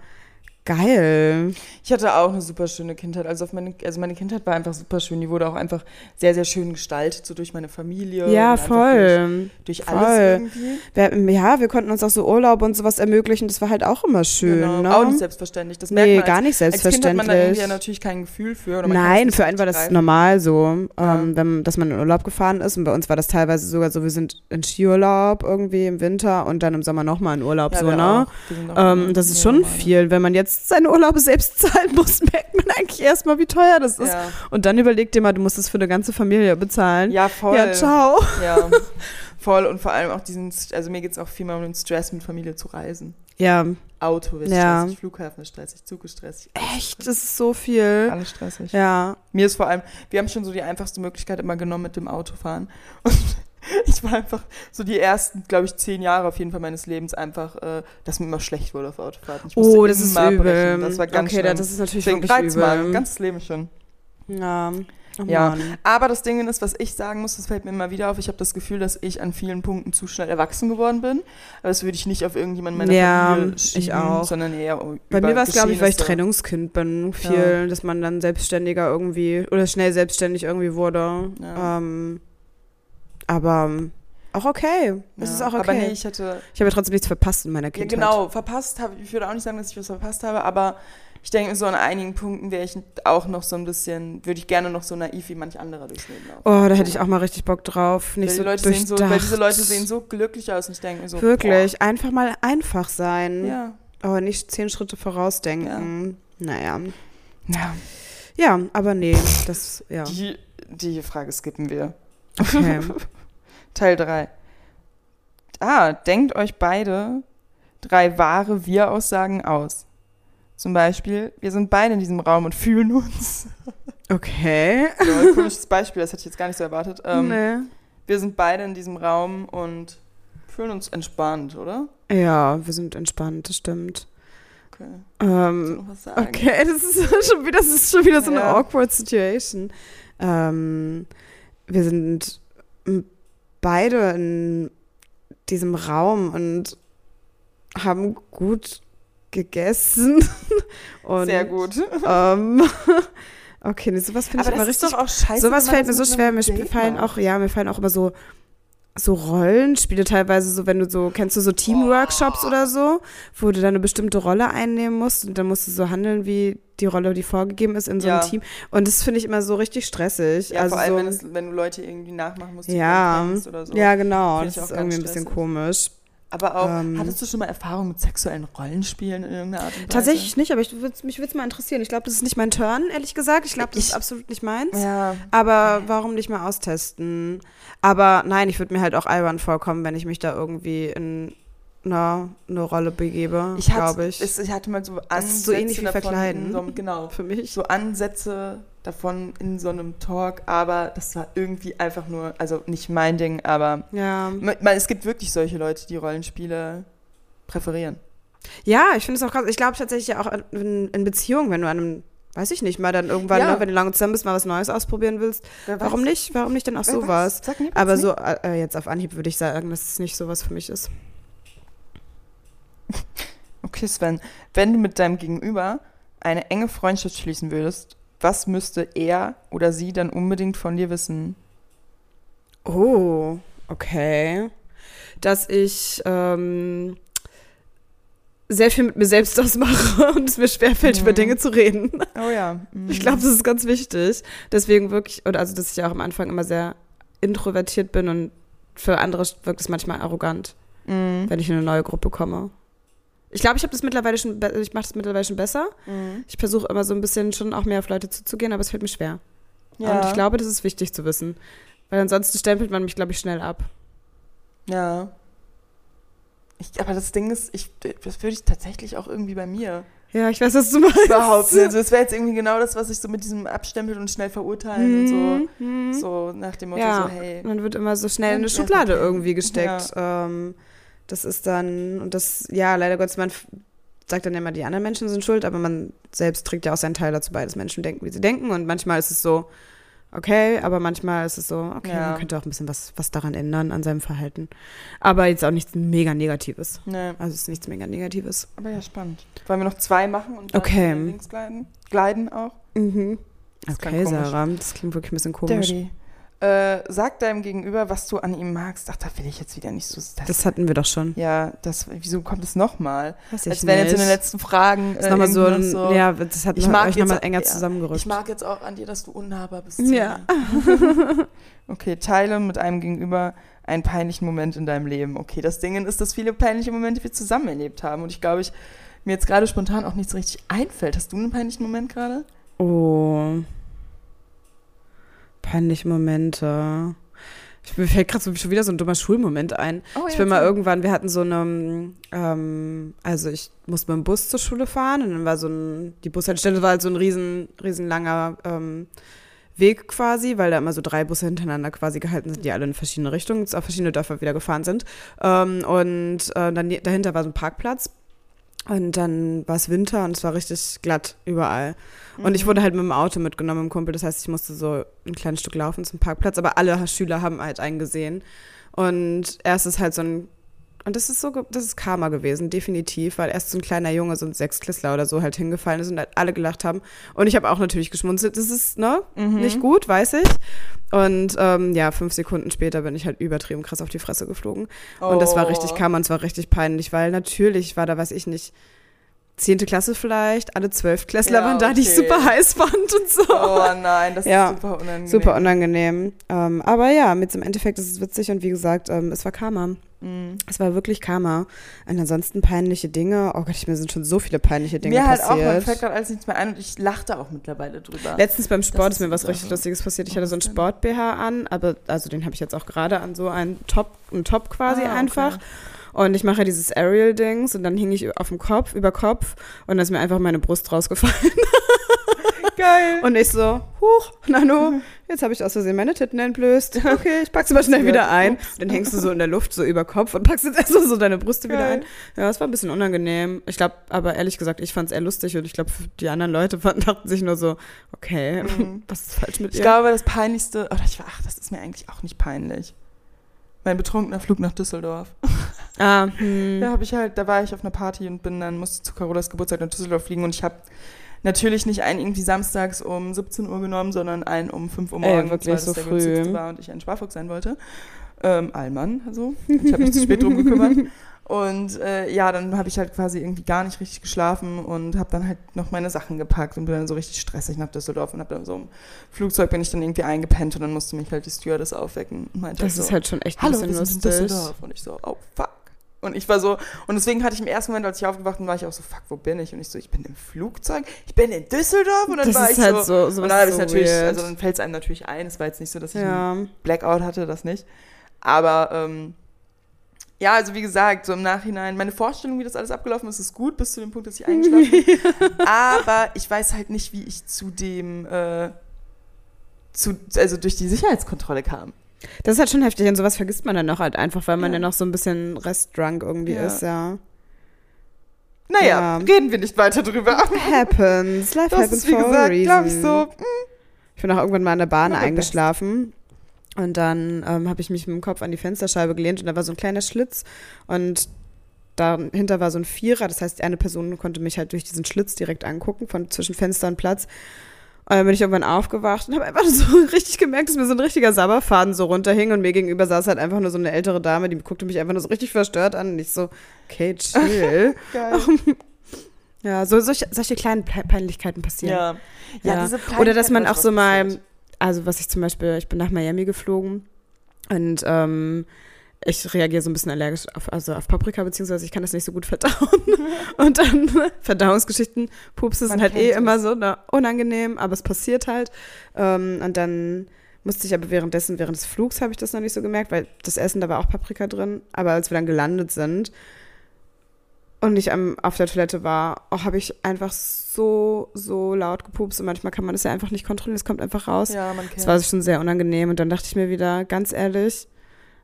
Speaker 1: geil.
Speaker 2: Ich hatte auch eine super schöne Kindheit. Also, auf meine, also meine Kindheit war einfach super schön. Die wurde auch einfach sehr, sehr schön gestaltet, so durch meine Familie. und
Speaker 1: Ja,
Speaker 2: einfach
Speaker 1: voll.
Speaker 2: Durch, durch
Speaker 1: Voll.
Speaker 2: alles irgendwie.
Speaker 1: Wir, ja, wir konnten uns auch so Urlaub und sowas ermöglichen. Das war halt auch immer schön,
Speaker 2: genau.
Speaker 1: ne?
Speaker 2: Auch nicht selbstverständlich. Das merkt
Speaker 1: nee,
Speaker 2: man als,
Speaker 1: gar nicht
Speaker 2: als Kind hat
Speaker 1: selbstverständlich.
Speaker 2: man da irgendwie ja natürlich kein Gefühl für. Oder man kann
Speaker 1: Nein,
Speaker 2: das
Speaker 1: für einen war das
Speaker 2: greifen.
Speaker 1: normal so, ähm,
Speaker 2: Ja.
Speaker 1: wenn, dass man in Urlaub gefahren ist. Und bei uns war das teilweise sogar so, wir sind in Skiurlaub irgendwie im Winter und dann im Sommer nochmal in Urlaub.
Speaker 2: Ja,
Speaker 1: so,
Speaker 2: wir
Speaker 1: ne?
Speaker 2: auch. Wir sind auch
Speaker 1: Ähm,
Speaker 2: immer
Speaker 1: das ist
Speaker 2: sehr
Speaker 1: schon
Speaker 2: normal.
Speaker 1: viel. Wenn man jetzt seine Urlaube selbst zahlen muss, merkt man eigentlich erstmal, wie teuer das ist.
Speaker 2: Ja,
Speaker 1: Und dann überleg dir mal, du musst es für eine ganze Familie bezahlen.
Speaker 2: ja voll.
Speaker 1: ja ciao.
Speaker 2: Ja, voll. Und vor allem auch diesen, also mir geht es auch viel mehr um den Stress, mit Familie zu reisen.
Speaker 1: Ja,
Speaker 2: Auto wird
Speaker 1: Ja.
Speaker 2: stressig, Flughafen ist stressig, Zug ist stressig,
Speaker 1: Echt, das ist so viel.
Speaker 2: alles stressig.
Speaker 1: Ja.
Speaker 2: Mir ist vor allem, wir haben schon so die einfachste Möglichkeit immer genommen mit dem Autofahren. Und ich war einfach so die ersten, glaube ich, zehn Jahre auf jeden Fall meines Lebens einfach, äh, dass mir immer schlecht wurde auf Autofahrten. Ich musste
Speaker 1: Oh, das ist
Speaker 2: immer
Speaker 1: übel.
Speaker 2: brechen. Das war ganz
Speaker 1: okay,
Speaker 2: schlimm.
Speaker 1: das ist natürlich
Speaker 2: Deswegen
Speaker 1: wirklich übel.
Speaker 2: Reizmagen, ganzes Leben schon.
Speaker 1: ja. Oh
Speaker 2: Ja.
Speaker 1: Mann.
Speaker 2: Aber das Ding ist, was ich sagen muss, das fällt mir immer wieder auf. Ich habe das Gefühl, dass ich an vielen Punkten zu schnell erwachsen geworden bin. Aber das würde ich nicht auf irgendjemanden meiner
Speaker 1: Ja,
Speaker 2: Familie
Speaker 1: ich
Speaker 2: schieben,
Speaker 1: auch.
Speaker 2: sondern eher
Speaker 1: Bei mir war es, glaube ich, weil ich
Speaker 2: Trennung.
Speaker 1: Trennungskind bin, viel, dass man dann selbstständiger irgendwie oder schnell selbstständig irgendwie wurde.
Speaker 2: Ja.
Speaker 1: Ähm, aber ähm, auch okay. Es ist auch okay.
Speaker 2: Aber nee, ich hatte
Speaker 1: ich habe ja trotzdem nichts verpasst in meiner
Speaker 2: Ja,
Speaker 1: Kindheit.
Speaker 2: genau, verpasst habe ich, würde auch nicht sagen, dass ich was verpasst habe, aber ich denke, so an einigen Punkten wäre ich auch noch so ein bisschen, würde ich gerne noch so naiv wie manch anderer durchs Leben laufen.
Speaker 1: Oh, da hätte ich auch mal richtig Bock drauf. Nicht
Speaker 2: weil,
Speaker 1: so
Speaker 2: die Leute sehen so, weil diese
Speaker 1: durchdacht.
Speaker 2: Leute sehen so glücklich aus und ich denke mir so.
Speaker 1: Wirklich, einfach mal einfach
Speaker 2: Boah,
Speaker 1: sein.
Speaker 2: ja.
Speaker 1: Aber nicht zehn Schritte vorausdenken. Naja.
Speaker 2: ja.
Speaker 1: Ja, aber nee, das, ja.
Speaker 2: Die, die Frage skippen wir.
Speaker 1: Okay.
Speaker 2: Teil 3. Ah, denkt euch beide drei wahre Wir-Aussagen aus. Zum Beispiel, wir sind beide in diesem Raum und fühlen uns.
Speaker 1: Okay.
Speaker 2: Lol, komisches Beispiel, das hätte ich jetzt gar nicht so erwartet. Ähm,
Speaker 1: nee.
Speaker 2: Wir sind beide in diesem Raum und fühlen uns entspannt, oder?
Speaker 1: Ja, wir sind entspannt, das stimmt.
Speaker 2: Okay. Willst du
Speaker 1: Ähm,
Speaker 2: noch was sagen?
Speaker 1: okay, das ist schon wieder, das ist schon wieder so eine
Speaker 2: Ja.
Speaker 1: awkward Situation. Ähm, wir sind m- beide in diesem Raum und haben gut gegessen. Und,
Speaker 2: Sehr gut.
Speaker 1: Ähm, okay, nee, sowas finde ich immer richtig
Speaker 2: auch scheiße.
Speaker 1: Sowas fällt mir so schwer. Mir sp- fallen auch, ja, mir fallen auch immer so, so Rollenspiele teilweise, so wenn du so, kennst du so Teamworkshops oder so, wo du dann eine bestimmte Rolle einnehmen musst und dann musst du so handeln wie die Rolle, die vorgegeben ist in so
Speaker 2: Ja.
Speaker 1: einem Team. Und das finde ich immer so richtig stressig.
Speaker 2: Ja,
Speaker 1: also
Speaker 2: vor allem,
Speaker 1: so,
Speaker 2: wenn, es, wenn du Leute irgendwie nachmachen musst, die
Speaker 1: Ja.
Speaker 2: du kennst oder so.
Speaker 1: ja, genau.
Speaker 2: Find
Speaker 1: Das
Speaker 2: ich auch
Speaker 1: ist
Speaker 2: ganz
Speaker 1: irgendwie ein bisschen
Speaker 2: stressig.
Speaker 1: komisch.
Speaker 2: Aber auch,
Speaker 1: Ähm.
Speaker 2: hattest du schon mal Erfahrung mit sexuellen Rollenspielen in irgendeiner Art und Weise?
Speaker 1: Tatsächlich nicht, aber ich würd's, mich würde es mal interessieren. Ich glaube, das ist nicht mein Turn, ehrlich gesagt. Ich glaube, das
Speaker 2: Ich-
Speaker 1: ist absolut nicht Hm, meins.
Speaker 2: Ja.
Speaker 1: Aber warum nicht mal austesten? Aber nein, ich würde mir halt auch albern vorkommen, wenn ich mich da irgendwie in einer, eine Rolle begebe,
Speaker 2: Ich hatte,
Speaker 1: glaube ich.
Speaker 2: Es, ich hatte mal so Ansätze
Speaker 1: Das ist so ähnlich wie
Speaker 2: davon in
Speaker 1: Verkleiden.
Speaker 2: So, einem- genau.
Speaker 1: Für mich.
Speaker 2: So Ansätze davon in so einem Talk, aber das war irgendwie einfach nur, also nicht mein Ding, aber
Speaker 1: Ja.
Speaker 2: Ma- ma- es gibt wirklich solche Leute, die Rollenspiele präferieren.
Speaker 1: ja, ich finde es auch krass. Ich glaube tatsächlich ja auch in, in Beziehungen, wenn du an einem, weiß ich nicht, mal dann irgendwann,
Speaker 2: Ja.
Speaker 1: ne, wenn du lange zusammen bist, mal was Neues ausprobieren willst. Warum nicht? Warum nicht denn auch sowas?
Speaker 2: Sag niemals
Speaker 1: Aber
Speaker 2: nie.
Speaker 1: so äh, jetzt auf Anhieb würde ich sagen, dass es nicht sowas für mich ist.
Speaker 2: Okay, Sven, wenn du mit deinem Gegenüber eine enge Freundschaft schließen würdest, was müsste er oder sie dann unbedingt von dir wissen?
Speaker 1: Oh, okay. Dass ich ähm, sehr viel mit mir selbst ausmache und es mir schwerfällt,
Speaker 2: Mhm.
Speaker 1: über Dinge zu reden.
Speaker 2: Oh ja. mhm.
Speaker 1: Ich glaube, das ist ganz wichtig. Deswegen wirklich, und also, dass ich ja auch am Anfang immer sehr introvertiert bin und für andere wirkt es manchmal arrogant,
Speaker 2: Mhm.
Speaker 1: wenn ich in eine neue Gruppe komme. Ich glaube, ich habe das mittlerweile schon, be- ich mache das mittlerweile schon besser.
Speaker 2: Mhm.
Speaker 1: Ich versuche immer so ein bisschen schon auch mehr auf Leute zuzugehen, aber es fällt mir schwer.
Speaker 2: Ja.
Speaker 1: Und ich glaube, das ist wichtig zu wissen. Weil ansonsten stempelt man mich, glaube ich, schnell ab.
Speaker 2: Ja. Ich, aber das Ding ist, ich, das würde ich tatsächlich auch irgendwie bei mir
Speaker 1: Ja, ich weiß, was du meinst.
Speaker 2: überhaupt nicht. Also, es wäre jetzt irgendwie genau das, was ich so mit diesem Abstempeln und schnell verurteilen und
Speaker 1: Mhm, mhm.
Speaker 2: so, so nach dem Motto,
Speaker 1: Ja.
Speaker 2: so, hey,
Speaker 1: Man wird immer so schnell in eine
Speaker 2: Ja,
Speaker 1: Schublade
Speaker 2: okay.
Speaker 1: irgendwie gesteckt. Ähm, das ist dann, und das, ja, leider Gottes, man f- sagt dann immer, die anderen Menschen sind schuld, aber man selbst trägt ja auch seinen Teil dazu bei, dass Menschen denken, wie sie denken. Und manchmal ist es so, okay, aber manchmal ist es so, okay,
Speaker 2: Ja.
Speaker 1: man könnte auch ein bisschen was, was daran ändern, an seinem Verhalten. Aber jetzt auch nichts mega Negatives.
Speaker 2: ne.
Speaker 1: Also es ist nichts mega Negatives.
Speaker 2: Aber ja, spannend. Wollen wir noch zwei machen und dann
Speaker 1: Okay.
Speaker 2: links gleiten? Gleiten auch?
Speaker 1: Mhm.
Speaker 2: Das
Speaker 1: Okay,
Speaker 2: klang komisch.
Speaker 1: Sarah, das klingt wirklich ein bisschen komisch.
Speaker 2: Äh, sag deinem Gegenüber, was du an ihm magst. Ach, da will ich jetzt wieder nicht so. Das,
Speaker 1: Das hatten wir doch schon.
Speaker 2: ja, das, wieso kommt es nochmal?
Speaker 1: Weiß ich
Speaker 2: Als wären jetzt in den
Speaker 1: nicht.
Speaker 2: letzten Fragen. äh,
Speaker 1: Das ist nochmal so, ein,
Speaker 2: irgendwie noch
Speaker 1: ja, das hat
Speaker 2: Ich
Speaker 1: ich
Speaker 2: mag
Speaker 1: euch nochmal
Speaker 2: jetzt-
Speaker 1: enger
Speaker 2: ja.
Speaker 1: zusammengerückt.
Speaker 2: Ich mag jetzt auch an dir, dass du unnahbar bist.
Speaker 1: Ja.
Speaker 2: Selina. okay, teile mit einem Gegenüber einen peinlichen Moment in deinem Leben. Okay, das Ding ist, dass viele peinliche Momente wir zusammen erlebt haben. Und ich glaube, ich mir jetzt gerade spontan auch nichts richtig einfällt. Hast du einen peinlichen Moment gerade?
Speaker 1: oh. Peinliche Momente. Ich, mir fällt gerade so, schon wieder so ein dummer Schulmoment ein.
Speaker 2: Oh,
Speaker 1: ich
Speaker 2: ja,
Speaker 1: bin mal
Speaker 2: erzähl.
Speaker 1: irgendwann, wir hatten so eine, ähm, also ich musste mit dem Bus zur Schule fahren und dann war so ein, die Bushaltestelle war halt so ein riesen, riesen langer ähm, Weg quasi, weil da immer so drei Busse hintereinander quasi gehalten sind, die alle in verschiedene Richtungen, auf verschiedene Dörfer wieder gefahren sind. Ähm, und äh, dann, dahinter war so ein Parkplatz. Und dann war es Winter und es war richtig glatt überall. Und ich wurde halt mit dem Auto mitgenommen, mit dem Kumpel. Das heißt, ich musste so ein kleines Stück laufen zum Parkplatz. Aber alle Schüler haben halt eingesehen. Und erst ist halt so ein. Und das ist so, ge- das ist Karma gewesen, definitiv, weil erst so ein kleiner Junge, so ein Sechsklässler oder so, halt hingefallen ist und halt alle gelacht haben. Und ich habe auch natürlich geschmunzelt. Das ist, ne? Nicht gut, weiß ich. Und ähm, ja, fünf Sekunden später bin ich halt übertrieben krass auf die Fresse geflogen. Und das war richtig
Speaker 2: Oh.
Speaker 1: Karma und es war richtig peinlich, weil natürlich war da, weiß ich nicht, zehnte Klasse vielleicht, alle Zwölftklässler
Speaker 2: Ja,
Speaker 1: waren da, die ich
Speaker 2: okay.
Speaker 1: super heiß fand und so.
Speaker 2: Oh nein, das
Speaker 1: Ja.
Speaker 2: ist super unangenehm.
Speaker 1: Super unangenehm. Ähm, aber ja, mit im Endeffekt ist es witzig und wie gesagt, ähm, es war Karma.
Speaker 2: Mhm.
Speaker 1: Es war wirklich Karma. Und ansonsten peinliche Dinge. Oh Gott, ich- mir sind schon so viele peinliche Dinge
Speaker 2: Mir halt auch,
Speaker 1: passiert.
Speaker 2: man fällt gerade alles nichts mehr ein und ich lachte auch mittlerweile drüber.
Speaker 1: Letztens beim Sport
Speaker 2: Das
Speaker 1: ist mir
Speaker 2: ist
Speaker 1: was
Speaker 2: wieder
Speaker 1: richtig
Speaker 2: so.
Speaker 1: Lustiges passiert. Ich
Speaker 2: Oh,
Speaker 1: hatte
Speaker 2: was
Speaker 1: so einen
Speaker 2: denn?
Speaker 1: Sport-BH an, aber also den habe ich jetzt auch gerade an, so einen Top, einen Top quasi
Speaker 2: Ah, okay.
Speaker 1: einfach. Und ich mache ja dieses Aerial-Dings und dann hing ich auf dem Kopf, über Kopf und da ist mir einfach meine Brust rausgefallen.
Speaker 2: Geil.
Speaker 1: Und ich so, huch, nano, jetzt habe ich aus Versehen meine Titten entblößt. Okay, ich pack's mal schnell wieder ein. Und dann hängst du so in der Luft, so über Kopf und packst jetzt erstmal so deine Brüste wieder
Speaker 2: Geil.
Speaker 1: ein. Ja, es war ein bisschen unangenehm. Ich glaube, aber ehrlich gesagt, ich fand's eher lustig und ich glaube, die anderen Leute fanden- dachten sich nur so, okay,
Speaker 2: Mhm.
Speaker 1: was ist falsch mit
Speaker 2: Ich
Speaker 1: ihr?
Speaker 2: glaube, das Peinlichste, oder ich war, ach, das ist mir eigentlich auch nicht peinlich. Mein betrunkener Flug nach Düsseldorf.
Speaker 1: Ah, hm.
Speaker 2: Da habe ich halt, da war ich auf einer Party und bin dann, musste zu Carolas Geburtstag nach Düsseldorf fliegen und ich habe natürlich nicht einen irgendwie samstags um 17 Uhr genommen, sondern einen um 5 Uhr
Speaker 1: Ey,
Speaker 2: morgens,
Speaker 1: wirklich
Speaker 2: weil
Speaker 1: so
Speaker 2: das der
Speaker 1: früh.
Speaker 2: günstigste war und ich ein Sparfuchs sein wollte. Ähm, Allmann, also. Ich habe mich zu spät drum gekümmert. Und äh, ja, dann habe ich halt quasi irgendwie gar nicht richtig geschlafen und habe dann halt noch meine Sachen gepackt und bin dann so richtig stressig nach Düsseldorf und habe dann so im Flugzeug bin ich dann irgendwie eingepennt und dann musste mich halt die Stewardess aufwecken und meinte
Speaker 1: Das
Speaker 2: so,
Speaker 1: ist halt schon echt ein
Speaker 2: Also, Hallo,
Speaker 1: bisschen
Speaker 2: wir sind in
Speaker 1: lustig.
Speaker 2: Düsseldorf. Und ich so, oh fuck. Und ich war so, und deswegen hatte ich im ersten Moment, als ich aufgewacht bin, war ich auch so, fuck, wo bin ich? Und ich so, ich bin im Flugzeug, ich bin in Düsseldorf. Und dann
Speaker 1: Das
Speaker 2: war
Speaker 1: ist
Speaker 2: ich
Speaker 1: halt
Speaker 2: so.
Speaker 1: so, so
Speaker 2: Und dann habe ich
Speaker 1: so
Speaker 2: natürlich,
Speaker 1: weird.
Speaker 2: also dann fällt es einem natürlich ein. Es war jetzt nicht so, dass ich einen
Speaker 1: ja.
Speaker 2: Blackout hatte, das nicht. Aber ähm, ja, also wie gesagt, so im Nachhinein, meine Vorstellung, wie das alles abgelaufen ist, ist gut, bis zu dem Punkt, dass ich eingeschlafen bin. Aber ich weiß halt nicht, wie ich zu dem, äh, zu, also durch die Sicherheitskontrolle kam.
Speaker 1: Das ist halt schon heftig und sowas vergisst man dann auch halt einfach, weil man
Speaker 2: Ja.
Speaker 1: ja noch so ein bisschen restdrunk irgendwie
Speaker 2: Ja.
Speaker 1: ist, ja.
Speaker 2: Naja,
Speaker 1: Ja.
Speaker 2: reden wir nicht weiter drüber.
Speaker 1: Happens. Life
Speaker 2: Das
Speaker 1: happens
Speaker 2: ist, wie
Speaker 1: for a
Speaker 2: gesagt,
Speaker 1: reason.
Speaker 2: glaube ich, so.
Speaker 1: Ich bin auch irgendwann mal in der Bahn
Speaker 2: Immer der
Speaker 1: eingeschlafen. Und dann ähm, habe ich mich mit dem Kopf an die Fensterscheibe gelehnt und da war so ein kleiner Schlitz und dahinter war so ein Vierer. Das heißt, eine Person konnte mich halt durch diesen Schlitz direkt angucken, von zwischen Fenster und Platz. Und dann bin ich irgendwann aufgewacht und habe einfach so richtig gemerkt, dass mir so ein richtiger Sabberfaden so runterhing und mir gegenüber saß halt einfach nur so eine ältere Dame, die guckte mich einfach nur so richtig verstört an und ich so, okay, chill.
Speaker 2: Geil.
Speaker 1: ja, so, solche, solche kleinen Pe- Peinlichkeiten passieren.
Speaker 2: Ja.
Speaker 1: Ja.
Speaker 2: diese
Speaker 1: Oder dass man auch so
Speaker 2: Kleinigkeit,
Speaker 1: mal, also was ich zum Beispiel, ich bin nach Miami geflogen und ähm, ich reagiere so ein bisschen allergisch auf, also auf Paprika, beziehungsweise ich kann das nicht so gut verdauen. Und dann Verdauungsgeschichten, Pupse
Speaker 2: Man
Speaker 1: sind halt eh
Speaker 2: kennt es.
Speaker 1: immer so na, unangenehm, aber es passiert halt. Ähm, und dann musste ich aber währenddessen, während des Flugs habe ich das noch nicht so gemerkt, weil das Essen, da war auch Paprika drin. Aber als wir dann gelandet sind und ich am, auf der Toilette war, oh, habe ich einfach so, so laut gepupst. Und manchmal kann man das ja einfach nicht kontrollieren, es kommt einfach raus.
Speaker 2: was- Ja, man
Speaker 1: Es
Speaker 2: kennt.
Speaker 1: war schon sehr unangenehm. Und dann dachte ich mir wieder, ganz ehrlich,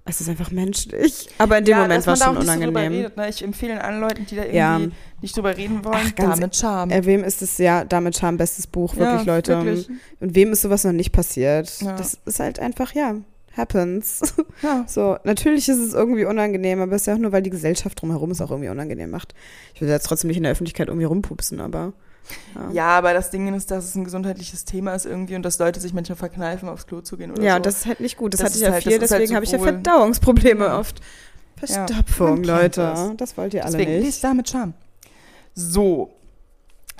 Speaker 1: es ist einfach menschlich. Aber in dem
Speaker 2: ja,
Speaker 1: Moment war
Speaker 2: dass
Speaker 1: es schon
Speaker 2: man da auch nicht so drüber
Speaker 1: unangenehm.
Speaker 2: redet, ne? Ich empfehle allen Leuten, die da irgendwie
Speaker 1: Ja.
Speaker 2: nicht drüber reden wollen,
Speaker 1: Ach, ganz-
Speaker 2: damit Charme.
Speaker 1: Äh, wem ist es ja damit Charme bestes Buch, wirklich
Speaker 2: ja,
Speaker 1: Leute.
Speaker 2: Wirklich.
Speaker 1: Und wem ist sowas noch nicht passiert?
Speaker 2: Ja.
Speaker 1: Das ist halt einfach, ja, happens.
Speaker 2: Ja.
Speaker 1: So, natürlich ist es irgendwie unangenehm, aber es ist ja auch nur, weil die Gesellschaft drumherum es auch irgendwie unangenehm macht. Ich will jetzt trotzdem nicht in der Öffentlichkeit irgendwie rumpupsen, aber. Ja,
Speaker 2: ja, aber das Ding ist, dass es ein gesundheitliches Thema ist irgendwie und dass Leute sich manchmal verkneifen, aufs Klo zu gehen oder
Speaker 1: ja
Speaker 2: so.
Speaker 1: und das ist halt nicht gut. Das,
Speaker 2: Das
Speaker 1: hatte ich
Speaker 2: ist
Speaker 1: ja
Speaker 2: halt-
Speaker 1: viel,
Speaker 2: das ist halt
Speaker 1: deswegen habe ich ja
Speaker 2: Symbol.
Speaker 1: Verdauungsprobleme
Speaker 2: Ja.
Speaker 1: oft.
Speaker 2: Ja,
Speaker 1: Verstopfung,
Speaker 2: man kennt
Speaker 1: Leute.
Speaker 2: das.
Speaker 1: Das. wollt ihr alle
Speaker 2: Deswegen
Speaker 1: nicht.
Speaker 2: liest da mit Charme. So.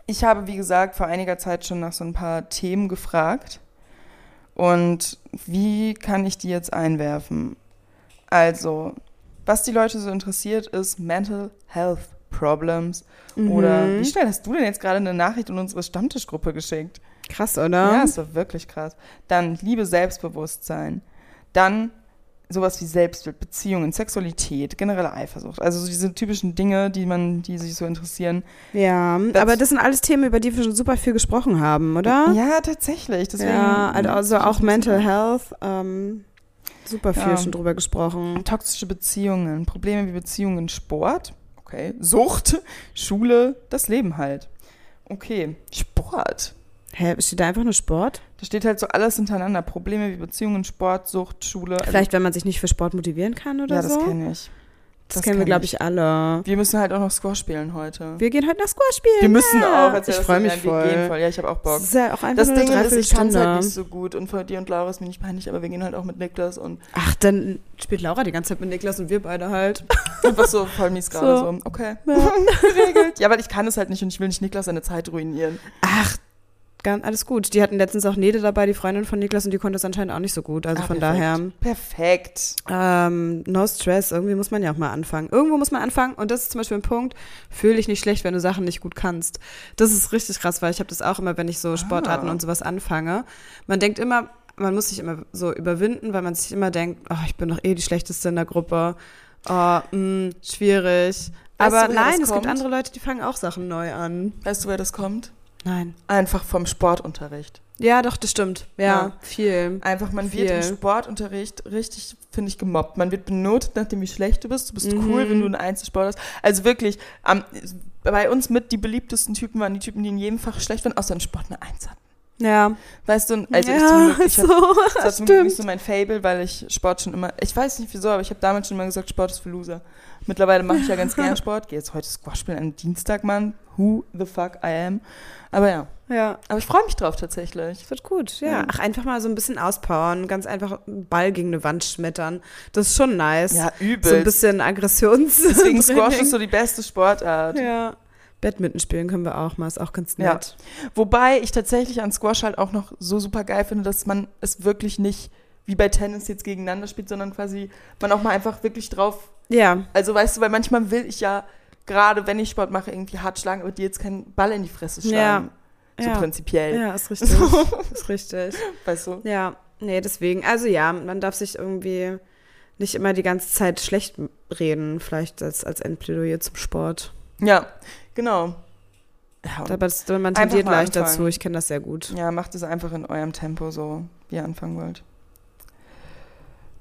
Speaker 2: Ich habe, wie gesagt, vor einiger Zeit schon nach so ein paar Themen gefragt. Und wie kann ich die jetzt einwerfen? Also, was die Leute so interessiert, ist Mental Health Problems. Oder
Speaker 1: Mhm.
Speaker 2: wie schnell hast du denn jetzt gerade eine Nachricht in unsere Stammtischgruppe geschickt?
Speaker 1: Krass,
Speaker 2: Ja,
Speaker 1: oder?
Speaker 2: das war wirklich krass. Dann Liebe Selbstbewusstsein. Dann sowas wie Selbstbild, Beziehungen, Sexualität, generelle Eifersucht. Also so diese typischen Dinge, die man, die sich so interessieren.
Speaker 1: Ja,
Speaker 2: Das-
Speaker 1: aber das sind alles Themen, über die wir schon super viel gesprochen haben, oder?
Speaker 2: Ja, tatsächlich. Deswegen,
Speaker 1: ja also auch Mental
Speaker 2: Health.
Speaker 1: Health, ähm, super viel
Speaker 2: Ja.
Speaker 1: schon drüber gesprochen.
Speaker 2: Toxische Beziehungen, Probleme wie Beziehungen, Sport, okay, Sucht, Schule, das Leben halt. Okay, Sport.
Speaker 1: Hä, steht da einfach nur Sport?
Speaker 2: Da steht halt so alles hintereinander. Probleme wie Beziehungen, Sport, Sucht, Schule. Also-
Speaker 1: Vielleicht, wenn man sich nicht für Sport motivieren kann oder
Speaker 2: ja,
Speaker 1: so?
Speaker 2: das kenne
Speaker 1: das,
Speaker 2: ich. das
Speaker 1: kennen wir,
Speaker 2: kenn
Speaker 1: glaube
Speaker 2: ich.
Speaker 1: ich, alle.
Speaker 2: Wir müssen halt auch noch Squash spielen heute.
Speaker 1: Wir gehen heute nach Squash spielen.
Speaker 2: Wir müssen
Speaker 1: ja.
Speaker 2: auch. erzähl
Speaker 1: Ich
Speaker 2: das
Speaker 1: freu
Speaker 2: mir,
Speaker 1: mich
Speaker 2: wir
Speaker 1: voll.
Speaker 2: Gehen voll. Ja, ich habe auch Bock.
Speaker 1: Das ist ja auch einfach
Speaker 2: Das
Speaker 1: nur eine
Speaker 2: Ding ist, ich kann
Speaker 1: Dreiviertelstunde.
Speaker 2: halt nicht so gut. Und vor dir und Laura ist mir nicht peinlich, aber wir gehen halt auch mit Niklas und
Speaker 1: Ach, dann spielt Laura die ganze Zeit mit Niklas und wir beide halt.
Speaker 2: einfach so voll mies gerade so.
Speaker 1: So.
Speaker 2: Okay.
Speaker 1: Ja.
Speaker 2: Geregelt. Ja, weil ich kann es halt nicht und ich will nicht Niklas seine Zeit ruinieren.
Speaker 1: Ach, ganz, alles gut. Die hatten letztens auch Nede dabei, die Freundin von Niklas, und die konnte es anscheinend auch nicht so gut. Also
Speaker 2: Ah,
Speaker 1: von
Speaker 2: perfekt.
Speaker 1: daher,
Speaker 2: Perfekt.
Speaker 1: ähm, no stress. Irgendwie muss man ja auch mal anfangen. Irgendwo muss man anfangen. Und das ist zum Beispiel ein Punkt, fühle dich nicht schlecht, wenn du Sachen nicht gut kannst. Das ist richtig krass, weil ich habe das auch immer, wenn ich so Sportarten
Speaker 2: Ah.
Speaker 1: und sowas anfange. Man denkt immer, man muss sich immer so überwinden, weil man sich immer denkt, oh, ich bin doch eh die Schlechteste in der Gruppe. Oh, mh, schwierig.
Speaker 2: Weißt du,
Speaker 1: Aber
Speaker 2: woher
Speaker 1: nein,
Speaker 2: das
Speaker 1: es gibt
Speaker 2: kommt?
Speaker 1: andere Leute, die fangen auch Sachen neu an.
Speaker 2: Weißt du, wer das kommt?
Speaker 1: Nein.
Speaker 2: Einfach vom Sportunterricht.
Speaker 1: Ja, doch, das stimmt. Ja,
Speaker 2: Ja.
Speaker 1: viel.
Speaker 2: Einfach, man wird im
Speaker 1: Viel.
Speaker 2: Sportunterricht richtig, finde ich, gemobbt. Man wird benotet, nachdem wie schlecht du bist. Du bist
Speaker 1: Mhm.
Speaker 2: cool, wenn du einen Einzelsport hast. Also wirklich, am- bei uns mit die beliebtesten Typen waren die Typen, die in jedem Fach schlecht waren, außer in Sport eine Eins hatten.
Speaker 1: Ja.
Speaker 2: Weißt du, und- also ich zum
Speaker 1: ja,
Speaker 2: Glück, ich hab-
Speaker 1: so.
Speaker 2: das war zum Glück nicht so mein Fable, weil ich Sport schon immer, ich weiß nicht wieso, aber ich habe damals schon immer gesagt, Sport ist für Loser. Mittlerweile mache ich ja ganz gerne Sport. Gehe jetzt heute Squash spielen am Dienstag, Mann. Who the fuck I am. Aber ja,
Speaker 1: Ja,
Speaker 2: aber ich freue mich drauf tatsächlich.
Speaker 1: es wird gut,
Speaker 2: Ja.
Speaker 1: ja. Ach, einfach mal so ein bisschen auspowern, ganz einfach einen Ball gegen eine Wand schmettern. Das ist schon nice.
Speaker 2: Ja,
Speaker 1: so ein
Speaker 2: übel.
Speaker 1: bisschen Aggressions.
Speaker 2: Deswegen Squash
Speaker 1: Training.
Speaker 2: ist so die beste Sportart.
Speaker 1: Ja. Badminton spielen können wir auch mal, ist auch ganz
Speaker 2: Ja.
Speaker 1: nett.
Speaker 2: Wobei ich tatsächlich an Squash halt auch noch so super geil finde, dass man es wirklich nicht wie bei Tennis jetzt gegeneinander spielt, sondern quasi man auch mal einfach wirklich drauf.
Speaker 1: Ja.
Speaker 2: Also weißt du, weil manchmal will ich ja gerade, wenn ich Sport mache, irgendwie hart schlagen, aber dir jetzt keinen Ball in die Fresse schlagen.
Speaker 1: Ja.
Speaker 2: So
Speaker 1: ja.
Speaker 2: prinzipiell.
Speaker 1: ja, ist richtig. Ist richtig.
Speaker 2: Weißt du?
Speaker 1: Ja, nee, deswegen. Also ja, man darf sich irgendwie nicht immer die ganze Zeit schlecht reden, vielleicht als, als Endplädoyer zum Sport.
Speaker 2: Ja, genau. Ja, und-
Speaker 1: Aber das, man
Speaker 2: Einfach
Speaker 1: tendiert
Speaker 2: mal
Speaker 1: leicht
Speaker 2: anfangen.
Speaker 1: dazu, ich kenne das sehr gut.
Speaker 2: ja, macht es einfach in eurem Tempo so, wie ihr anfangen wollt.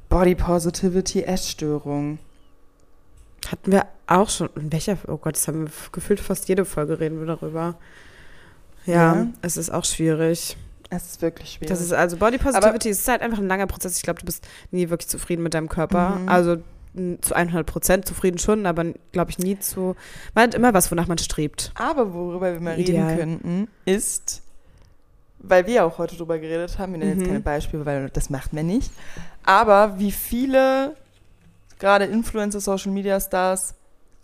Speaker 2: Body Positivity, Essstörung.
Speaker 1: Hatten wir auch schon, in welcher, oh Gott, das haben wir f- gefühlt fast jede Folge reden wir darüber. Ja,
Speaker 2: Ja.
Speaker 1: es ist auch schwierig.
Speaker 2: Es ist wirklich schwierig.
Speaker 1: Das ist also Body Positivity, es ist halt einfach ein langer Prozess. Ich glaube, du bist nie wirklich zufrieden mit deinem Körper.
Speaker 2: Mhm.
Speaker 1: Also n- zu 100 Prozent zufrieden schon, aber glaube ich nie zu. Man hat immer was, wonach man strebt.
Speaker 2: Aber worüber wir mal reden
Speaker 1: Ideal.
Speaker 2: könnten, ist, weil wir auch heute drüber geredet haben, wir nennen jetzt
Speaker 1: Mhm.
Speaker 2: keine Beispiele, weil das macht man nicht, aber wie viele gerade Influencer, Social Media Stars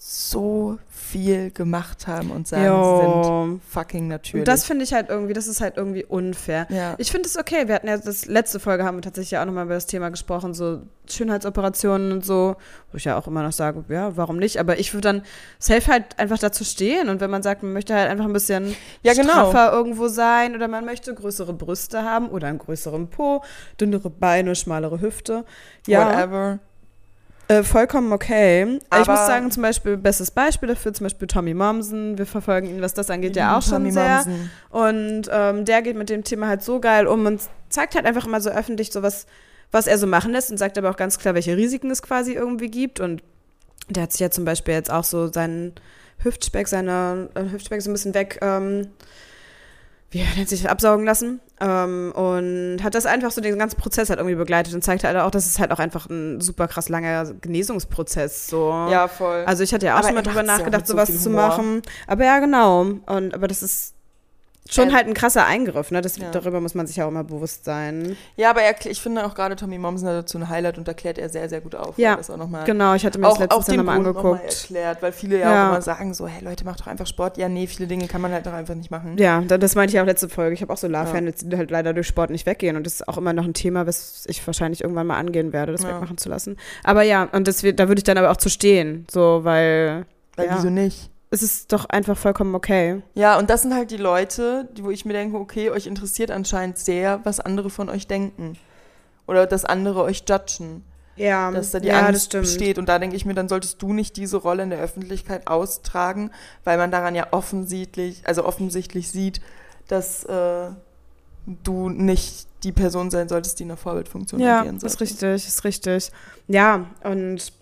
Speaker 2: so viel gemacht haben und sagen, sie
Speaker 1: Jo.
Speaker 2: sind fucking natürlich.
Speaker 1: Und das finde ich halt irgendwie, das ist halt irgendwie unfair.
Speaker 2: ja.
Speaker 1: Ich finde es okay. Wir hatten ja das letzte Folge haben wir tatsächlich auch nochmal über das Thema gesprochen, so Schönheitsoperationen und so, wo ich ja auch immer noch sage, ja, warum nicht? Aber ich würde dann safe halt einfach dazu stehen und wenn man sagt, man möchte halt einfach ein bisschen
Speaker 2: Ja, genau.
Speaker 1: straffer irgendwo sein oder man möchte größere Brüste haben oder einen größeren Po, dünnere Beine, schmalere Hüfte, ja,
Speaker 2: Whatever.
Speaker 1: äh, vollkommen okay. ich
Speaker 2: Aber-
Speaker 1: muss sagen, zum Beispiel bestes Beispiel dafür, zum Beispiel Tommy Momsen. Wir verfolgen ihn, was das angeht, ja auch schon
Speaker 2: Tommy
Speaker 1: sehr.
Speaker 2: Momsen.
Speaker 1: Und ähm, der geht mit dem Thema halt so geil um und zeigt halt einfach immer so öffentlich so was, was er so machen lässt und sagt aber auch ganz klar, welche Risiken es quasi irgendwie gibt. Und der hat sich ja zum Beispiel jetzt auch so seinen Hüftspeck, seine äh, Hüftspeck so ein bisschen weg, ähm, wie nennt sich, das, absaugen lassen. Ähm, und hat das einfach so den ganzen Prozess halt irgendwie begleitet und zeigt halt auch, dass es halt auch einfach ein super krass langer Genesungsprozess so.
Speaker 2: Ja, voll.
Speaker 1: Also ich hatte ja auch
Speaker 2: Aber
Speaker 1: schon mal
Speaker 2: er
Speaker 1: drüber
Speaker 2: macht's ja
Speaker 1: nachgedacht,
Speaker 2: mit so
Speaker 1: sowas
Speaker 2: viel
Speaker 1: zu
Speaker 2: Humor.
Speaker 1: machen. Aber ja, genau. Und, aber das ist schon
Speaker 2: Ähm,
Speaker 1: halt ein krasser Eingriff, ne? Das,
Speaker 2: ja.
Speaker 1: Darüber muss man sich ja auch immer bewusst sein.
Speaker 2: ja, aber er, ich finde auch gerade Tommy Momsen hat dazu ein Highlight und da klärt er sehr, sehr gut auf. weil
Speaker 1: Ja,
Speaker 2: das auch noch mal
Speaker 1: Genau, ich hatte mir das
Speaker 2: auch, auch
Speaker 1: letztens dann
Speaker 2: den
Speaker 1: nochmal
Speaker 2: Grund nochmal
Speaker 1: angeguckt.
Speaker 2: erklärt, weil viele ja,
Speaker 1: Ja.
Speaker 2: auch immer sagen so, hey Leute, macht doch einfach Sport. Ja, nee, viele Dinge kann man halt doch einfach nicht machen.
Speaker 1: Ja, da- das meinte ich auch letzte Folge. Ich habe auch
Speaker 2: Ja.
Speaker 1: Solarfernwitz, die halt leider durch Sport nicht weggehen. Und das ist auch immer noch ein Thema, was ich wahrscheinlich irgendwann mal angehen werde, das
Speaker 2: Ja.
Speaker 1: wegmachen zu lassen. Aber ja, und das, wird- da würde ich dann aber auch zu stehen. So, weil
Speaker 2: Weil
Speaker 1: Ja.
Speaker 2: wieso nicht?
Speaker 1: es ist doch einfach vollkommen okay.
Speaker 2: Ja, und das sind halt die Leute, die, wo ich mir denke, okay, euch interessiert anscheinend sehr, was andere von euch denken. Oder dass andere euch judgen.
Speaker 1: Ja,
Speaker 2: dass da die
Speaker 1: Ähm, ja, das
Speaker 2: Angst
Speaker 1: stimmt.
Speaker 2: besteht. Und da denke ich mir, dann solltest du nicht diese Rolle in der Öffentlichkeit austragen, weil man daran ja offensichtlich, also offensichtlich sieht, dass äh, du nicht die Person sein solltest, die in der Vorbildfunktion
Speaker 1: Ja,
Speaker 2: agieren sollte.
Speaker 1: ist richtig, ist richtig. Ja, und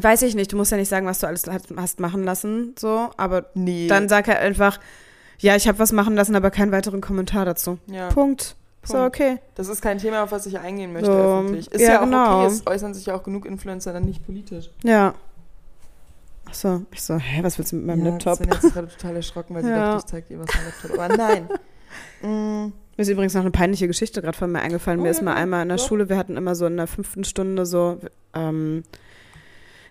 Speaker 1: weiß ich nicht, du musst ja nicht sagen, was du alles hat- hast machen lassen, so, aber
Speaker 2: Nee.
Speaker 1: dann sag halt einfach, ja, ich habe was machen lassen, aber keinen weiteren Kommentar dazu.
Speaker 2: ja.
Speaker 1: Punkt. So,
Speaker 2: Punkt.
Speaker 1: okay.
Speaker 2: Das ist kein Thema, auf was ich eingehen
Speaker 1: So,
Speaker 2: möchte öffentlich. Ist
Speaker 1: ja,
Speaker 2: ja, auch
Speaker 1: genau.
Speaker 2: okay, es äußern sich ja auch genug Influencer dann nicht politisch.
Speaker 1: Ja. Ach so, ich so, hä, was willst du mit meinem
Speaker 2: ja,
Speaker 1: Laptop?
Speaker 2: Ich bin jetzt gerade total erschrocken, weil sie
Speaker 1: Ja.
Speaker 2: dachte, ich zeige ihr was am Laptop. Aber nein. Mm,
Speaker 1: Mir ist übrigens noch eine peinliche Geschichte gerade von mir eingefallen.
Speaker 2: Oh,
Speaker 1: mir
Speaker 2: ja,
Speaker 1: ist mal
Speaker 2: ja,
Speaker 1: einmal in der
Speaker 2: ja.
Speaker 1: Schule, wir hatten immer so in der fünften Stunde so, ähm,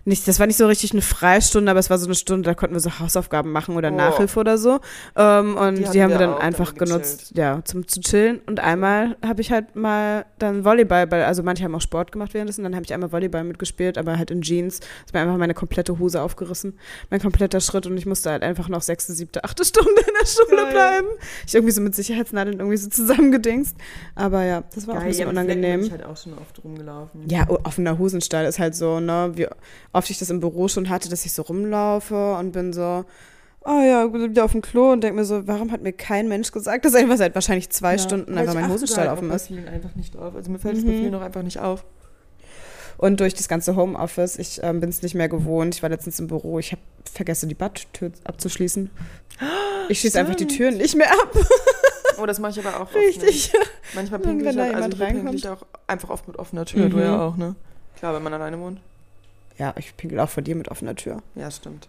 Speaker 1: nicht, das war nicht so richtig eine Freistunde, aber es war so eine Stunde, da konnten wir so Hausaufgaben machen oder
Speaker 2: Oh.
Speaker 1: Nachhilfe oder so. Ähm, und
Speaker 2: Die
Speaker 1: die,
Speaker 2: hatten
Speaker 1: haben wir
Speaker 2: wir
Speaker 1: dann
Speaker 2: auch,
Speaker 1: einfach
Speaker 2: aber gechillt. Also
Speaker 1: genutzt, ja, zum zu chillen. Und einmal habe ich halt mal dann Volleyball, weil, also manche haben auch Sport gemacht währenddessen, dann habe ich einmal Volleyball mitgespielt, aber halt in Jeans. Ist mir einfach meine komplette Hose aufgerissen, mein kompletter Schritt und ich musste halt einfach noch sechste, siebte, achte Stunde in der Schule
Speaker 2: Geil.
Speaker 1: bleiben ich irgendwie so mit Sicherheitsnadeln irgendwie so zusammengedingst. Aber ja, das war auch ein
Speaker 2: ja,
Speaker 1: bisschen
Speaker 2: mit Flecken bin Ich
Speaker 1: unangenehm.
Speaker 2: halt auch schon oft rumgelaufen.
Speaker 1: Ja, o- offener Hosenstall ist halt so, ne, wie oft ich das im Büro schon hatte, dass ich so rumlaufe und bin so, oh ja, bin wieder auf dem Klo und denke mir so, warum hat mir kein Mensch gesagt, dass einfach seit wahrscheinlich zwei
Speaker 2: Ja.
Speaker 1: Stunden
Speaker 2: Aber
Speaker 1: einfach
Speaker 2: ich
Speaker 1: mein
Speaker 2: achte
Speaker 1: Hosenstall
Speaker 2: da halt
Speaker 1: offen
Speaker 2: auch bei
Speaker 1: ist.
Speaker 2: vielen einfach nicht auf. Also mir fällt es bei
Speaker 1: Mhm.
Speaker 2: vielen auch einfach nicht auf.
Speaker 1: Und durch das ganze Homeoffice, ich ähm, bin es nicht mehr gewohnt, ich war letztens im Büro, ich hab, vergesse die Badtür abzuschließen. Ich schließe einfach die
Speaker 2: Stimmt.
Speaker 1: Türen nicht mehr ab,
Speaker 2: Oh, das mache ich aber auch oft. nicht.
Speaker 1: richtig.
Speaker 2: Manchmal
Speaker 1: Wenn
Speaker 2: pinkel ich,
Speaker 1: da
Speaker 2: halt, also
Speaker 1: jemand
Speaker 2: ich pinkel ich auch einfach oft mit offener Tür, du
Speaker 1: Mhm.
Speaker 2: ja auch, ne? Klar, wenn man alleine wohnt.
Speaker 1: Ja, ich pinkel auch vor dir mit offener Tür.
Speaker 2: Ja, stimmt.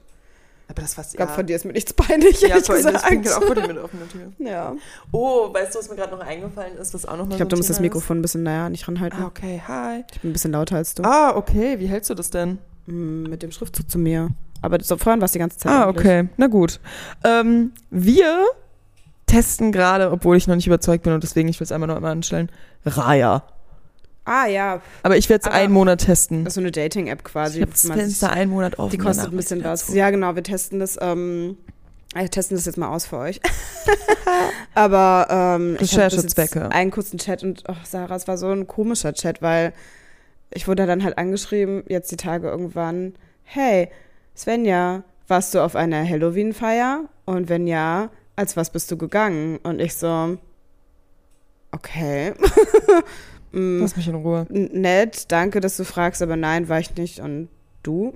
Speaker 2: Aber das was
Speaker 1: Ich glaube, von dir ist mir nichts peinlich,
Speaker 2: ja,
Speaker 1: ehrlich
Speaker 2: voll, das
Speaker 1: gesagt.
Speaker 2: pinkel auch vor dir mit offener Tür.
Speaker 1: Ja.
Speaker 2: Oh, weißt du, was mir gerade noch eingefallen ist, was auch nochmal
Speaker 1: Ich glaube,
Speaker 2: so
Speaker 1: du
Speaker 2: ein
Speaker 1: musst das
Speaker 2: Thema
Speaker 1: Mikrofon ein bisschen näher nicht
Speaker 2: ist?
Speaker 1: ranhalten.
Speaker 2: Ah, okay, hi.
Speaker 1: Ich bin ein bisschen lauter als du.
Speaker 2: Ah, okay, wie hältst du das denn?
Speaker 1: Mm, Mit dem Schriftzug zu mir. Aber so, vorhin war es die ganze Zeit.
Speaker 2: ah,
Speaker 1: ordentlich.
Speaker 2: okay, na gut. Ähm, wir testen gerade, obwohl ich noch nicht überzeugt bin und deswegen, ich will es einmal noch einmal anstellen, Raya.
Speaker 1: Ah, ja.
Speaker 2: Aber ich werde es
Speaker 1: Aber-
Speaker 2: einen Monat testen.
Speaker 1: Das ist so eine Dating-App quasi.
Speaker 2: Ich habe das
Speaker 1: wo man sich-
Speaker 2: Fenster einen Monat offen.
Speaker 1: die kostet
Speaker 2: danach
Speaker 1: ein bisschen
Speaker 2: wieder
Speaker 1: was.
Speaker 2: zu.
Speaker 1: Ja, genau. Wir testen das. Ähm, wir testen das jetzt mal aus für euch. Aber ähm, ich hatte das jetzt
Speaker 2: Recherchezwecke.
Speaker 1: einen kurzen Chat und oh, Sarah, es war so ein komischer Chat, weil ich wurde dann halt angeschrieben, jetzt die Tage irgendwann, hey, Svenja, warst du auf einer Halloween-Feier? Und wenn ja, als was bist du gegangen? Und ich so, okay. mm,
Speaker 2: Lass mich in Ruhe.
Speaker 1: nett, danke, dass du fragst, aber nein, war ich nicht. Und du?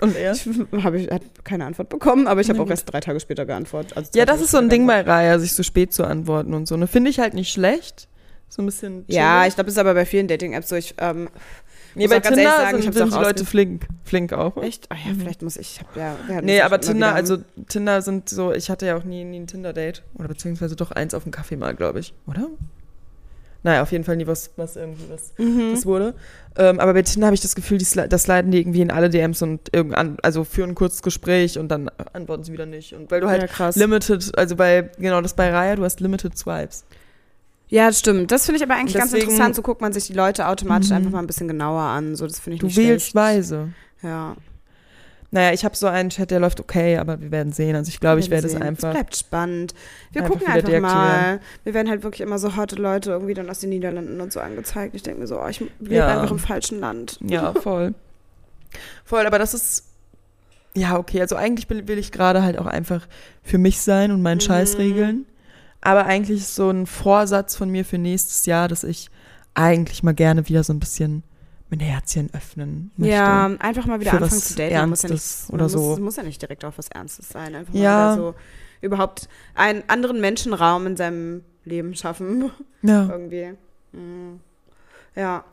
Speaker 2: Und er?
Speaker 1: Ich habe ich, hat keine Antwort bekommen, aber ich habe
Speaker 2: Na
Speaker 1: auch
Speaker 2: gut.
Speaker 1: erst drei Tage später geantwortet. Also
Speaker 2: Ja,
Speaker 1: zwei
Speaker 2: das
Speaker 1: Tage
Speaker 2: ist so ein
Speaker 1: später
Speaker 2: Ding
Speaker 1: geantwortet.
Speaker 2: bei Raya, sich so spät zu antworten und so. Ne, finde ich halt nicht schlecht. So ein bisschen.
Speaker 1: Ja,
Speaker 2: chillig.
Speaker 1: ich glaube, das ist aber bei vielen Dating-Apps so. Ich, ähm,
Speaker 2: nee,
Speaker 1: muss
Speaker 2: bei
Speaker 1: auch ganz ehrlich
Speaker 2: Tinder
Speaker 1: sagen, ich
Speaker 2: sind,
Speaker 1: hab's
Speaker 2: sind
Speaker 1: auch
Speaker 2: die Leute
Speaker 1: ausge-
Speaker 2: flink, flink auch.
Speaker 1: echt? Ach ja,
Speaker 2: Mhm.
Speaker 1: vielleicht muss ich. ich Hab, ja, wir hatten
Speaker 2: Nee,
Speaker 1: das
Speaker 2: aber
Speaker 1: ja schon
Speaker 2: Tinder,
Speaker 1: immer wieder.
Speaker 2: also Tinder sind so, ich hatte ja auch nie, nie ein Tinder-Date. Oder beziehungsweise doch eins auf dem Kaffee mal, glaube ich, oder? Naja, auf jeden Fall nie was, was irgendwie was,
Speaker 1: Mhm.
Speaker 2: was wurde. Ähm, aber bei Tinder habe ich das Gefühl, die sli- das leiten die irgendwie in alle DMs und irgendwann, also führen ein kurzes Gespräch und dann antworten sie wieder nicht. Und weil du halt
Speaker 1: ja, krass.
Speaker 2: limited, also bei, genau das bei Raya, du hast limited Swipes.
Speaker 1: Ja, das stimmt. Das finde ich aber eigentlich ganz
Speaker 2: Deswegen-
Speaker 1: interessant. So guckt man sich die Leute automatisch
Speaker 2: Mhm.
Speaker 1: einfach mal ein bisschen genauer an. So, das finde ich
Speaker 2: Du
Speaker 1: nicht
Speaker 2: wählst
Speaker 1: schlecht.
Speaker 2: weise.
Speaker 1: Ja.
Speaker 2: Naja, ich habe so einen Chat, der läuft okay, aber wir werden sehen. Also ich glaube, ich
Speaker 1: Wir
Speaker 2: werde
Speaker 1: werden
Speaker 2: es
Speaker 1: sehen. Es
Speaker 2: einfach.
Speaker 1: bleibt spannend. Wir
Speaker 2: Einfach
Speaker 1: gucken
Speaker 2: wieder
Speaker 1: einfach mal.
Speaker 2: deaktivieren.
Speaker 1: Wir werden halt wirklich immer so harte Leute irgendwie dann aus den Niederlanden und so angezeigt. Ich denke mir so, oh, ich lebe
Speaker 2: Ja.
Speaker 1: einfach im falschen Land.
Speaker 2: Ja, voll. Voll, aber das ist. Ja, okay, also eigentlich will, will ich gerade halt auch einfach für mich sein und meinen
Speaker 1: Mhm.
Speaker 2: Scheiß regeln. Aber eigentlich ist so ein Vorsatz von mir für nächstes Jahr, dass ich eigentlich mal gerne wieder so ein bisschen mein Herzchen öffnen möchte.
Speaker 1: Ja, einfach mal wieder
Speaker 2: Für
Speaker 1: anfangen
Speaker 2: was
Speaker 1: zu daten. Man Muss ja
Speaker 2: Ernstes
Speaker 1: nicht,
Speaker 2: oder
Speaker 1: man
Speaker 2: so.
Speaker 1: Muss, muss ja nicht direkt auf was Ernstes sein. Einfach
Speaker 2: Ja.
Speaker 1: mal wieder so überhaupt einen anderen Menschenraum in seinem Leben schaffen.
Speaker 2: ja.
Speaker 1: Irgendwie. Mhm. Ja.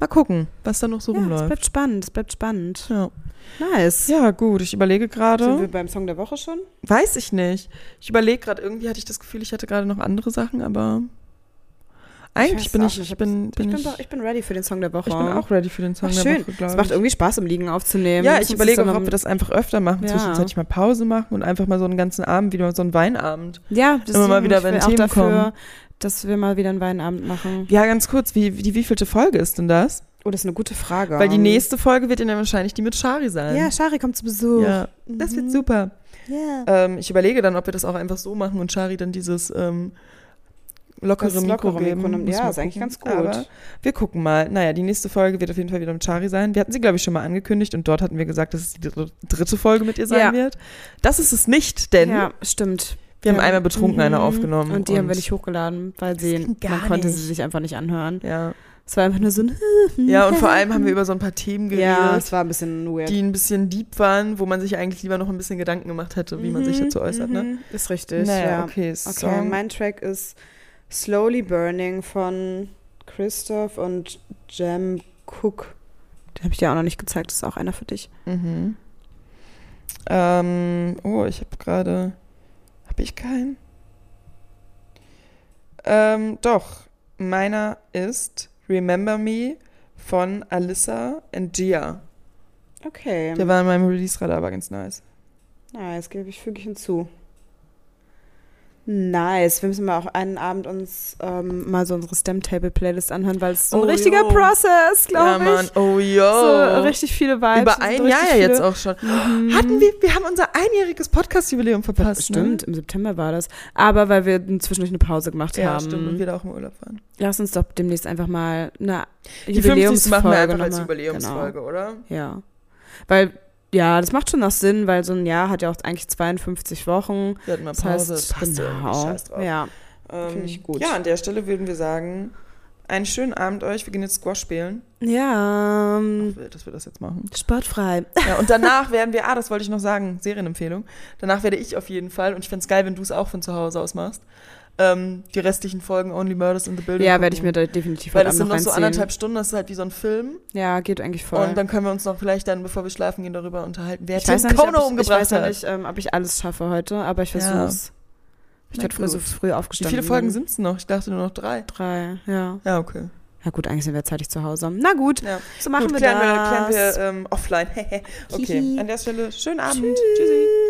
Speaker 2: Mal gucken, was da noch so
Speaker 1: ja, es
Speaker 2: rumläuft.
Speaker 1: bleibt spannend, es bleibt spannend.
Speaker 2: Ja.
Speaker 1: Nice.
Speaker 2: ja, gut, ich überlege
Speaker 1: Sind
Speaker 2: gerade.
Speaker 1: wir beim Song der Woche schon?
Speaker 2: Weiß ich nicht. Ich überlege gerade, irgendwie hatte ich das Gefühl, ich hatte gerade noch andere Sachen, aber eigentlich
Speaker 1: weiß
Speaker 2: bin
Speaker 1: auch
Speaker 2: ich,
Speaker 1: nicht.
Speaker 2: ich bin, bin
Speaker 1: ich,
Speaker 2: ich,
Speaker 1: bin, doch- ich bin ready für den Song der Woche.
Speaker 2: ich bin auch ready für den Song
Speaker 1: Ach,
Speaker 2: der
Speaker 1: schön.
Speaker 2: Woche,
Speaker 1: Es
Speaker 2: glaube
Speaker 1: macht
Speaker 2: ich.
Speaker 1: irgendwie Spaß, im Liegen aufzunehmen.
Speaker 2: Ja,
Speaker 1: Lass
Speaker 2: ich
Speaker 1: uns
Speaker 2: überlege
Speaker 1: das
Speaker 2: auch,
Speaker 1: doch
Speaker 2: ob wir das einfach öfter machen,
Speaker 1: Ja.
Speaker 2: zwischenzeitlich mal Pause machen und einfach mal so einen ganzen Abend wieder, so einen Weinabend.
Speaker 1: Ja, das
Speaker 2: Immer mal wieder,
Speaker 1: ich bin
Speaker 2: wenn
Speaker 1: auch
Speaker 2: Themen
Speaker 1: dafür,
Speaker 2: kommen.
Speaker 1: dass wir mal wieder einen Weinabend machen.
Speaker 2: Ja, ganz kurz, wie, wie, die wievielte Folge ist denn das?
Speaker 1: Oh, das ist eine gute Frage.
Speaker 2: Weil die nächste Folge wird ja dann wahrscheinlich die mit Shari sein.
Speaker 1: Ja, Mhm. Shari kommt zu Besuch.
Speaker 2: Ja, das wird super.
Speaker 1: Ja.
Speaker 2: Ähm, ich überlege dann, ob wir das auch einfach so machen und Shari dann dieses ähm,
Speaker 1: Das
Speaker 2: lockere
Speaker 1: ist lockere
Speaker 2: Mikroreben.
Speaker 1: Mikro-
Speaker 2: muss
Speaker 1: ja,
Speaker 2: man
Speaker 1: ist eigentlich ganz gut.
Speaker 2: Aber wir gucken mal. Naja, die nächste Folge wird auf jeden Fall wieder mit Chari sein. Wir hatten sie, glaube ich, schon mal angekündigt und dort hatten wir gesagt, dass es die dr- dritte Folge mit ihr sein
Speaker 1: Ja.
Speaker 2: wird. Das ist es nicht, denn
Speaker 1: ja, stimmt.
Speaker 2: wir haben
Speaker 1: Ja.
Speaker 2: einmal betrunken
Speaker 1: Mhm.
Speaker 2: eine aufgenommen.
Speaker 1: Und die haben wir nicht hochgeladen, weil sie,
Speaker 2: ging gar
Speaker 1: man konnte
Speaker 2: nicht.
Speaker 1: sie sich einfach nicht anhören.
Speaker 2: Ja.
Speaker 1: Es war einfach nur so ein
Speaker 2: ja, und vor allem haben wir über so ein paar Themen geredet.
Speaker 1: Ja, es war ein bisschen weird.
Speaker 2: die ein bisschen deep waren, wo man sich eigentlich lieber noch ein bisschen Gedanken gemacht hätte, wie man sich dazu äußert, ne?
Speaker 1: Mhm, Ist richtig, ja. Okay,
Speaker 2: okay. Song.
Speaker 1: mein Track ist Slowly Burning von Christoph und Jam Cook. Den habe ich dir auch noch nicht gezeigt, das ist auch einer für dich.
Speaker 2: mhm. ähm, oh, ich habe gerade. Habe ich keinen? Ähm, doch. Meiner ist Remember Me von Alyssa and Gia.
Speaker 1: Okay,
Speaker 2: Der war in meinem Release-Radar, war ganz nice.
Speaker 1: nice, gebe ich, füge ich hinzu. Nice, wir müssen mal auch einen Abend uns ähm, mal so unsere Stem-Table-Playlist anhören, weil es ist so ein
Speaker 2: Oh,
Speaker 1: richtiger
Speaker 2: jo.
Speaker 1: Prozess,
Speaker 2: ja,
Speaker 1: glaube ich.
Speaker 2: Mann. Oh, yo.
Speaker 1: So richtig viele Vibes. und so
Speaker 2: Über ein
Speaker 1: richtig
Speaker 2: Jahr ja
Speaker 1: viele- Mhm.
Speaker 2: jetzt auch schon. Hatten wir, wir haben unser einjähriges Podcast-Jubiläum verpasst. ne?
Speaker 1: Stimmt, im September war das. Aber weil wir zwischendurch eine Pause gemacht
Speaker 2: Ne? Ja,
Speaker 1: haben.
Speaker 2: stimmt. Und wir da auch im Urlaub waren.
Speaker 1: Lass uns doch demnächst einfach mal eine
Speaker 2: Die 50. machen wir einfach
Speaker 1: nochmal-
Speaker 2: als Jubiläumsfolge, oder?
Speaker 1: Genau. Ja. Weil, ja, das macht schon noch Sinn, weil so ein Jahr hat ja auch eigentlich 52 Wochen.
Speaker 2: Wir hatten mal
Speaker 1: Das
Speaker 2: Pause,
Speaker 1: heißt,
Speaker 2: es passt irgendwie
Speaker 1: genau.
Speaker 2: scheiß drauf.
Speaker 1: Ja.
Speaker 2: Ähm,
Speaker 1: Finde ich gut.
Speaker 2: Ja, an der Stelle würden wir sagen, einen schönen Abend euch, wir gehen jetzt Squash spielen.
Speaker 1: Ja, ähm,
Speaker 2: Dass wir das jetzt machen.
Speaker 1: sportfrei.
Speaker 2: Ja, und danach werden wir, ah, das wollte ich noch sagen, Serienempfehlung. Danach werde ich auf jeden Fall, und ich fände es geil, wenn du es auch von zu Hause aus machst, ähm, die restlichen Folgen Only Murders in the Building
Speaker 1: Ja,
Speaker 2: gucken.
Speaker 1: werde ich mir da definitiv
Speaker 2: Weil
Speaker 1: heute
Speaker 2: das
Speaker 1: Abend
Speaker 2: sind
Speaker 1: noch
Speaker 2: noch so
Speaker 1: reinziehen.
Speaker 2: anderthalb Stunden, das ist halt wie so ein Film.
Speaker 1: ja, geht eigentlich voll.
Speaker 2: Und dann können wir uns noch vielleicht dann, bevor wir schlafen gehen, darüber unterhalten, wer
Speaker 1: ich weiß noch
Speaker 2: Tim
Speaker 1: nicht,
Speaker 2: Kono
Speaker 1: ob ich, ich
Speaker 2: umgebracht
Speaker 1: weiß noch
Speaker 2: hat.
Speaker 1: nicht ähm, ob ich alles schaffe heute, aber ich versuche es. Ich
Speaker 2: Na
Speaker 1: werde früh, so
Speaker 2: gut.
Speaker 1: früh
Speaker 2: Wie
Speaker 1: aufgestanden.
Speaker 2: viele Folgen
Speaker 1: bin.
Speaker 2: sind es noch? Ich dachte nur noch drei.
Speaker 1: Drei, ja.
Speaker 2: Ja, okay.
Speaker 1: Ja gut, eigentlich sind wir zeitig zu Hause. Na gut,
Speaker 2: Ja.
Speaker 1: so machen
Speaker 2: Gut,
Speaker 1: wir
Speaker 2: klären
Speaker 1: das.
Speaker 2: wir, klären wir ähm, offline. okay, an der Stelle schönen Abend. Tschüssi.
Speaker 1: Tschüssi.